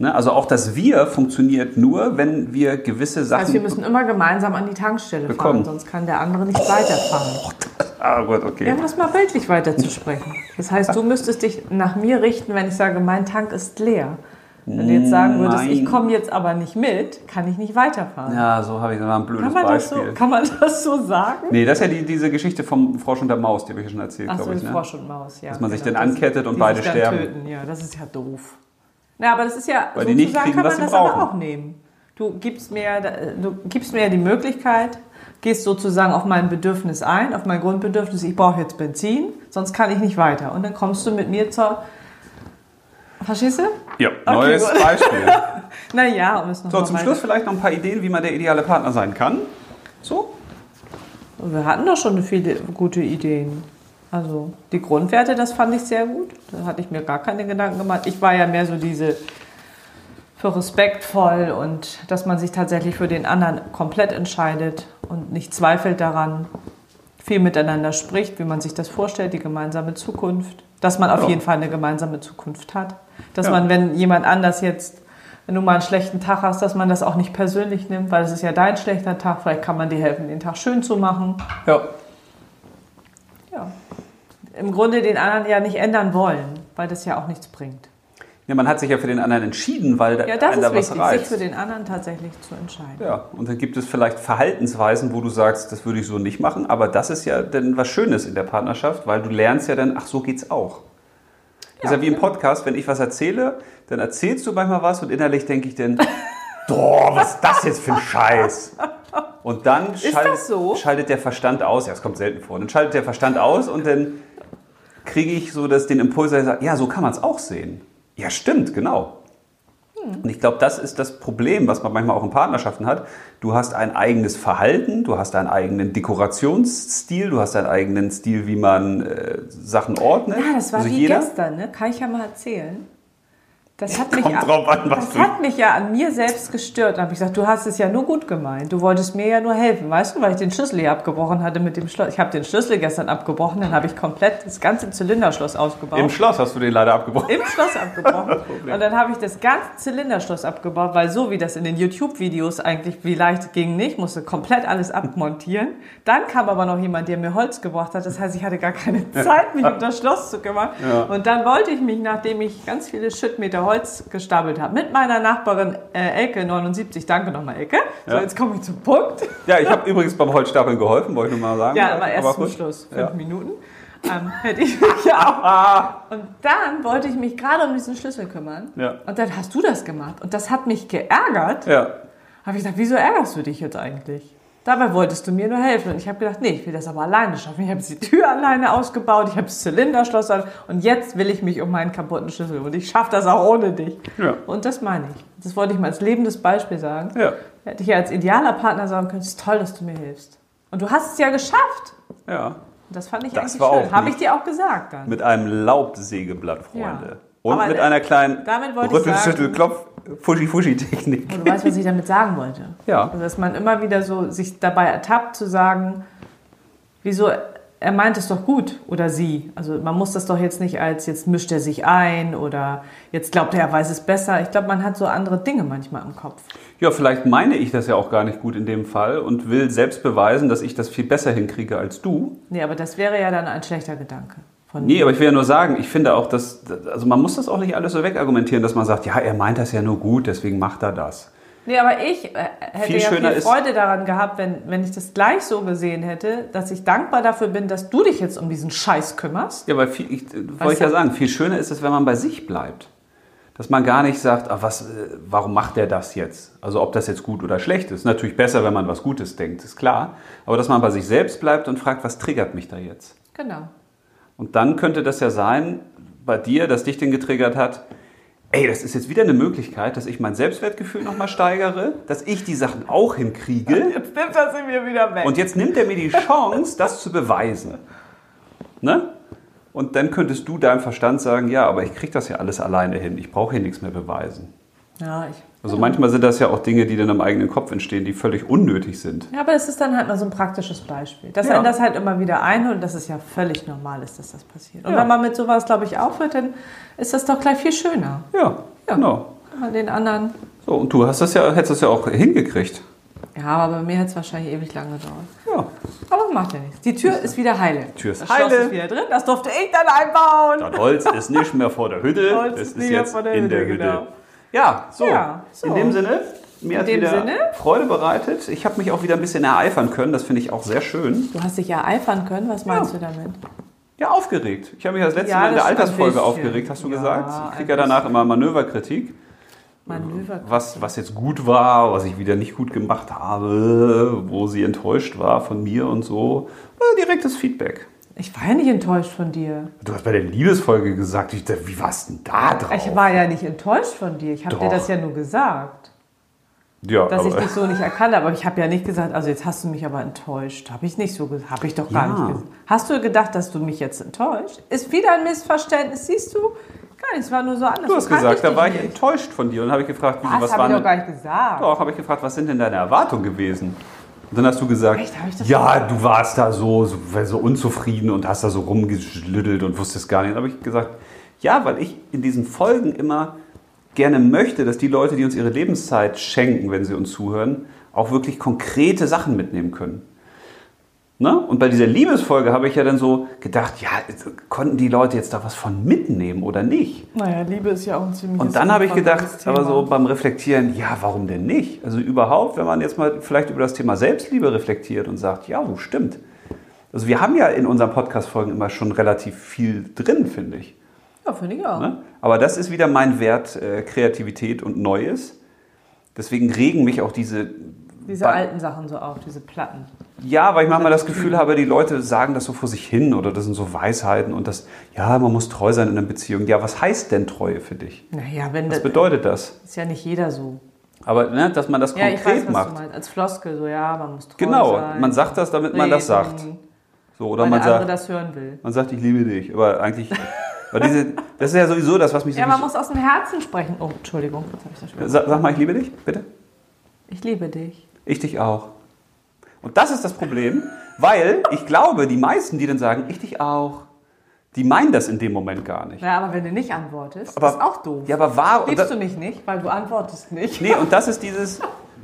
Ne? Also auch das Wir funktioniert nur, wenn wir gewisse Sachen. also wir müssen immer gemeinsam an die Tankstelle fahren, Bekommen. sonst kann der andere nicht weiterfahren. ah gut, okay. Wir haben das mal bildlich weiterzusprechen. Das heißt, du müsstest dich nach mir richten, wenn ich sage, mein Tank ist leer. Wenn du jetzt sagen würdest, Nein. ich komme jetzt aber nicht mit, kann ich nicht weiterfahren. Ja, so habe ich mal ein blödes kann, man das Beispiel. so, kann man das so sagen? Nee, das ist ja die, diese Geschichte vom Frosch und der Maus, die habe ich ja schon erzählt, Ach so, glaube ich. ein Ne? Frosch und Maus, ja. Dass man sich genau, dann das- ankettet und die beide sich dann sterben. Töten. Ja, das ist ja doof. Na, aber das ist ja, Weil die nicht kriegen, kann was man sie das brauchen. aber auch nehmen. Du gibst, mir, ja- du gibst mir ja die Möglichkeit, gehst sozusagen auf mein Bedürfnis ein, auf mein Grundbedürfnis, ich brauche jetzt Benzin, sonst kann ich nicht weiter. Und dann kommst du mit mir zur... Verstehst du? Ja, neues gut. Beispiel. Naja, um es noch So, mal zum weiter- Schluss vielleicht noch ein paar Ideen, wie man der ideale Partner sein kann. So? Wir hatten doch schon viele gute Ideen. Also die Grundwerte, das fand ich sehr gut. Da hatte ich mir gar keine Gedanken gemacht. Ich war ja mehr so diese für respektvoll und dass man sich tatsächlich für den anderen komplett entscheidet und nicht zweifelt daran, viel miteinander spricht, wie man sich das vorstellt, die gemeinsame Zukunft, dass man auf Ja. jeden Fall eine gemeinsame Zukunft hat, dass Ja. man, wenn jemand anders jetzt, wenn du mal einen schlechten Tag hast, dass man das auch nicht persönlich nimmt, weil es ist ja dein schlechter Tag, vielleicht kann man dir helfen, den Tag schön zu machen. Ja. Ja. Im Grunde den anderen ja nicht ändern wollen, weil das ja auch nichts bringt. ja. Man hat sich ja für den anderen entschieden, weil der Ja, das einen da ist Äh, was wichtig, sich reizt. für den anderen tatsächlich zu entscheiden. ja, und dann gibt es vielleicht Verhaltensweisen, wo du sagst, das würde ich so nicht machen, aber das ist ja dann was Schönes in der Partnerschaft, weil du lernst ja dann, ach, so geht's auch. Das ist ja wie im Podcast, wenn ich was erzähle, dann erzählst du manchmal was und innerlich denke ich dann, boah, was ist das jetzt für ein Scheiß? Und dann schaltet, das so? schaltet der Verstand aus, ja, es kommt selten vor, dann schaltet der Verstand aus und dann kriege ich so dass den Impuls, dass ich sage, ja, so kann man es auch sehen. Ja, stimmt, genau. Und ich glaube, das ist das Problem, was man manchmal auch in Partnerschaften hat. Du hast ein eigenes Verhalten, du hast deinen eigenen Dekorationsstil, du hast deinen eigenen Stil, wie man äh, Sachen ordnet. Ja, Ah, das war also wie jeder. gestern, ne? Kann ich ja mal erzählen. Das hat mich, Kommt ja- drauf an, was das du- hat mich ja an mir selbst gestört. Da habe ich gesagt, du hast es ja nur gut gemeint. Du wolltest mir ja nur helfen, weißt du, weil ich den Schlüssel hier abgebrochen hatte mit dem Schloss. Ich habe den Schlüssel gestern abgebrochen, dann habe ich komplett das ganze Zylinderschloss ausgebaut. Im Schloss hast du den leider abgebrochen. Im Schloss abgebrochen. Und dann habe ich das ganze Zylinderschloss abgebaut, weil so wie das in den YouTube-Videos eigentlich wie leicht ging nicht, musste komplett alles abmontieren. Dann kam aber noch jemand, der mir Holz gebracht hat. Das heißt, ich hatte gar keine Zeit, mich um das Schloss zu kümmern. Ja. Und dann wollte ich mich, nachdem ich ganz viele Schüttmeter Holz gestapelt habe, mit meiner Nachbarin äh, Elke 79, danke nochmal Elke. So, Ja. jetzt komme ich zum Punkt. Ja, ich habe übrigens beim Holzstapeln geholfen, wollte ich nur mal sagen. Ja, aber erst zum gut. Schluss, fünf Ja. Ah, Minuten. Ähm, hätte ich mich ja auch. Und dann wollte ich mich gerade um diesen Schlüssel kümmern. Ja. Und dann hast du das gemacht. Und das hat mich geärgert. Ja. Habe ich gedacht, wieso ärgerst du dich jetzt eigentlich? Dabei wolltest du mir nur helfen. Und ich habe gedacht, nee, ich will das aber alleine schaffen. Ich habe die Tür alleine ausgebaut, ich habe das Zylinderschloss an und jetzt will ich mich um meinen kaputten Schlüssel. Und ich schaffe das auch ohne dich. Ja. Und das meine ich. Das wollte ich mal als lebendes Beispiel sagen. Ja. Hätte ich ja als idealer Partner sagen können, es ist toll, dass du mir hilfst. Und du hast es ja geschafft. Ja. Und Das fand ich Das eigentlich war schön. auch Habe gut. ich dir auch gesagt dann. Mit einem Laubsägeblatt, Freunde. Ja. Und Aber äh, mit einer kleinen damit wollte ich Rüttel, sagen- Schüttel, Klopf, Fuschi-Fuschi-Technik. Und du weißt, was ich damit sagen wollte. Ja. Also, dass man immer wieder so sich dabei ertappt zu sagen, wieso, er meint es doch gut oder sie. Also man muss das doch jetzt nicht als, jetzt mischt er sich ein oder jetzt glaubt er, er weiß es besser. Ich glaube, man hat so andere Dinge manchmal im Kopf. Ja, vielleicht meine ich das ja auch gar nicht gut in dem Fall und will selbst beweisen, dass ich das viel besser hinkriege als du. Nee, aber das wäre ja dann ein schlechter Gedanke. Von Nee, aber ich will ja nur sagen, ich finde auch, dass, also man muss das auch nicht alles so wegargumentieren, dass man sagt, ja, er meint das ja nur gut, deswegen macht er das. Nee, aber ich äh, hätte Viel ja schöner viel ist- Freude daran gehabt, wenn, wenn ich das gleich so gesehen hätte, dass ich dankbar dafür bin, dass du dich jetzt um diesen Scheiß kümmerst. Ja, weil viel, ich, äh, Was wollte ich ja denn? sagen, viel schöner ist es, wenn man bei sich bleibt. Dass man gar nicht sagt, ah, was, äh, warum macht der das jetzt? Also ob das jetzt gut oder schlecht ist. Natürlich besser, wenn man was Gutes denkt, ist klar. Aber dass man bei sich selbst bleibt und fragt, was triggert mich da jetzt? Genau. Und dann könnte das ja sein, bei dir, dass dich den getriggert hat, ey, das ist jetzt wieder eine Möglichkeit, dass ich mein Selbstwertgefühl nochmal steigere, dass ich die Sachen auch hinkriege. Jetzt nimmt das in mir wieder weg. Und jetzt nimmt er mir die Chance, das zu beweisen. Ne? Und dann könntest du deinem Verstand sagen, ja, aber ich kriege das ja alles alleine hin, ich brauche hier nichts mehr beweisen. ja, ich Also manchmal sind das ja auch Dinge, die dann im eigenen Kopf entstehen, die völlig unnötig sind. Ja, aber das ist dann halt mal so ein praktisches Beispiel. Dass Ja. einen das halt immer wieder einholt und dass es ja völlig normal ist, dass das passiert. Und Ja. wenn man mit sowas, glaube ich, aufhört, dann ist das doch gleich viel schöner. Ja, Ja. genau. Wenn man den anderen. So, und du hast das ja, hättest das ja auch hingekriegt. Ja, aber bei mir hätte es wahrscheinlich ewig lang gedauert. Ja. Aber das macht ja nichts. Die Tür ist wieder heile. Tür ist das heile. Schloss ist wieder drin. Das durfte ich dann einbauen. Das Holz ist nicht mehr vor der Hütte, Holz es ist ist nicht mehr jetzt vor der in Hütte, der Hütte. genau. Ja, so. Ja, so. In dem Sinne, mir hat dem wieder Sinne? Freude bereitet. Ich habe mich auch wieder ein bisschen ereifern können, das finde ich auch sehr schön. Du hast dich ja eifern können. Was meinst Ja. du damit? Ja, aufgeregt. Ich habe mich das letzte Ja, Mal in der das schon ein Altersfolge bisschen. aufgeregt, hast du Ja, gesagt. Ich kriege ja ein danach immer Manöverkritik, Manöver. was, was jetzt gut war, was ich wieder nicht gut gemacht habe, wo sie enttäuscht war von mir und so. Ja, direktes Feedback. Ich war ja nicht enttäuscht von dir. Du hast bei der Liebesfolge gesagt, ich, dachte, wie warst du denn da drauf? Ich war ja nicht enttäuscht von dir. Ich habe dir Ah, Doch. das ja nur gesagt. ja, dass ich aber- dich so nicht erkannt habe. Aber ich habe ja nicht gesagt, also jetzt hast du mich aber enttäuscht. Habe ich nicht so gesagt. Habe ich doch gar Ja. nicht gesagt. Hast du gedacht, dass du mich jetzt enttäuscht? Ist wieder ein Missverständnis, siehst du? Gar nicht, es war nur so anders. Du hast So kannte gesagt, da dich war ich nicht. enttäuscht von dir und habe ich gefragt, wieso, Was, was habe waren ich doch denn, gar nicht gesagt. doch, habe ich gefragt, was sind denn deine Erwartungen gewesen? Und dann hast du gesagt, Echt? Habe ich das ja, du warst da so, so, so unzufrieden und hast da so rumgeschlüttelt und wusstest gar nicht. Dann habe ich gesagt, ja, weil ich in diesen Folgen immer gerne möchte, dass die Leute, die uns ihre Lebenszeit schenken, wenn sie uns zuhören, auch wirklich konkrete Sachen mitnehmen können. Ne? Und bei dieser Liebesfolge habe ich ja dann so gedacht, ja, also konnten die Leute jetzt da was von mitnehmen oder nicht? Naja, Liebe ist ja auch ein ziemlich. Und dann habe ich gedacht, aber so beim Reflektieren, ja, warum denn nicht? Also überhaupt, wenn man jetzt mal vielleicht über das Thema Selbstliebe reflektiert und sagt, ja, wo stimmt. Also wir haben ja in unseren Podcast-Folgen immer schon relativ viel drin, finde ich. Ja, finde ich auch. Ne? Aber das ist wieder mein Wert, äh, Kreativität und Neues. Deswegen regen mich auch diese Diese Bei- alten Sachen so auf, diese Platten. Ja, weil ich manchmal das Gefühl habe, die Leute sagen das so vor sich hin oder das sind so Weisheiten und das, ja, man muss treu sein in einer Beziehung. Ja, was heißt denn Treue für dich? Naja, wenn Was das bedeutet das? ist ja nicht jeder so. Aber ne, dass man das Ja, konkret ich weiß, was du macht. meinst. Als Floskel, so ja, man muss treu Genau, sein. man sagt das, damit man Nee, das sagt. dann- So, oder Weil man der andere sagt, das hören will. man sagt, ich liebe dich. Aber eigentlich, weil diese, das ist ja sowieso das, was mich so. Ja, man richtig- muss aus dem Herzen sprechen. Oh, Entschuldigung, jetzt habe ich das schon. gesagt. sag, sag mal, ich liebe dich, bitte. Ich liebe dich. Ich dich auch. Und das ist das Problem, weil ich glaube, die meisten, die dann sagen, ich dich auch, die meinen das in dem Moment gar nicht. Ja, aber wenn du nicht antwortest, Aber- ist auch doof. Ja, aber wahr. und Liebst da- du mich nicht, weil du antwortest nicht. Nee, und das ist dieses,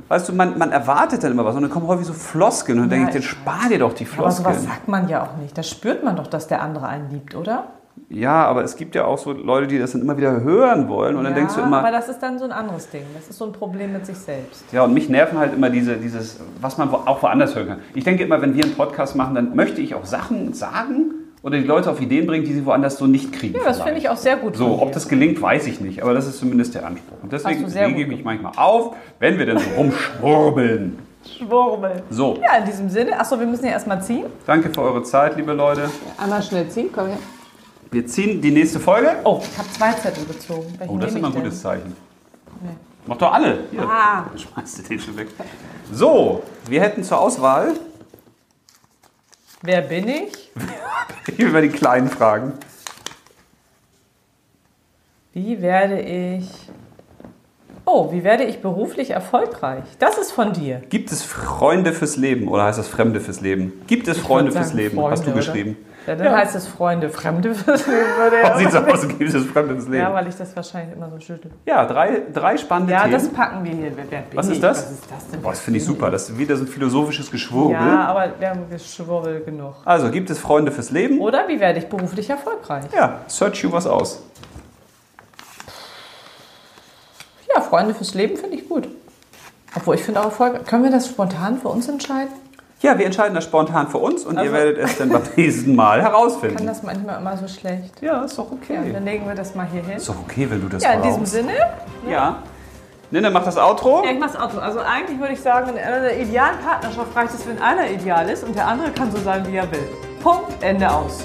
weißt du, man, man erwartet dann immer was und dann kommen häufig so Floskeln und dann Ja, denke ich, ich dann spar dir doch die Aber sowas Floskeln. sagt man ja auch nicht. Das spürt man doch, dass der andere einen liebt, oder? ja, aber es gibt ja auch so Leute, die das dann immer wieder hören wollen und dann ja, denkst du immer, aber das ist dann so ein anderes Ding. Das ist so ein Problem mit sich selbst. Ja, und mich nerven halt immer diese, dieses, was man wo, auch woanders hören kann. Ich denke immer, wenn wir einen Podcast machen, dann möchte ich auch Sachen sagen oder die Leute auf Ideen bringen, die sie woanders so nicht kriegen. Ja, das finde ich auch sehr gut. von So, ob dir. das gelingt, weiß ich nicht, aber das ist zumindest der Anspruch. Und deswegen Hast du sehr lege ich gut mich manchmal auf, wenn wir dann so rumschwurbeln. Schwurbel. So, Ja, in diesem Sinne. Achso, wir müssen ja erstmal ziehen. danke für eure Zeit, liebe Leute. Einmal schnell ziehen, komm her. Wir ziehen die nächste Folge. Oh, ich habe zwei Zettel gezogen. Welchen Oh, das ist nehme immer ein ich gutes Zeichen. Nee. Mach doch alle. Hier. denn? Ah, Dann schmeißt du den schon weg. So, wir hätten zur Auswahl wer bin ich? über die kleinen Fragen. Wie werde ich. Oh, wie werde ich beruflich erfolgreich? Das ist von dir. Gibt es Freunde fürs Leben oder heißt das Fremde fürs Leben? Gibt es Freunde würde fürs sagen, Leben? Hast du Freunde, geschrieben? Ja, dann heißt es Freunde, Fremde fürs Leben, würde Ja. ja. Sieht so aus, gibt es Fremde fürs Ja, Leben. weil ich das wahrscheinlich immer so schüttel. Ja, drei, drei spannende Ja, Themen. das packen wir hier. Wer- wer bin Was ist ich? das? Was ist das denn? Boah, das finde ich super. Das ist wieder so ein philosophisches Geschwurbel. Ja, aber wir haben Geschwurbel genug. Also, gibt es Freunde fürs Leben? Oder wie werde ich beruflich erfolgreich? Ja, search you was aus. Ja, Freunde fürs Leben finde ich gut. Obwohl, ich finde auch Erfolg. Können wir das spontan für uns entscheiden? Ja, wir entscheiden das spontan für uns und ihr Also- werdet es dann beim nächsten Mal Ich kann herausfinden. das manchmal immer so schlecht. Ja, ist doch Ja, okay. dann legen wir das mal hier hin. Ist doch okay, wenn du das Ja, in diesem brauchst. Sinne. Ja. Nina macht das Outro. Ja, ich mach's auch so. Also eigentlich würde ich sagen, in einer idealen Partnerschaft reicht es, wenn einer ideal ist und der andere kann so sein, wie er will. Punkt, Ende aus.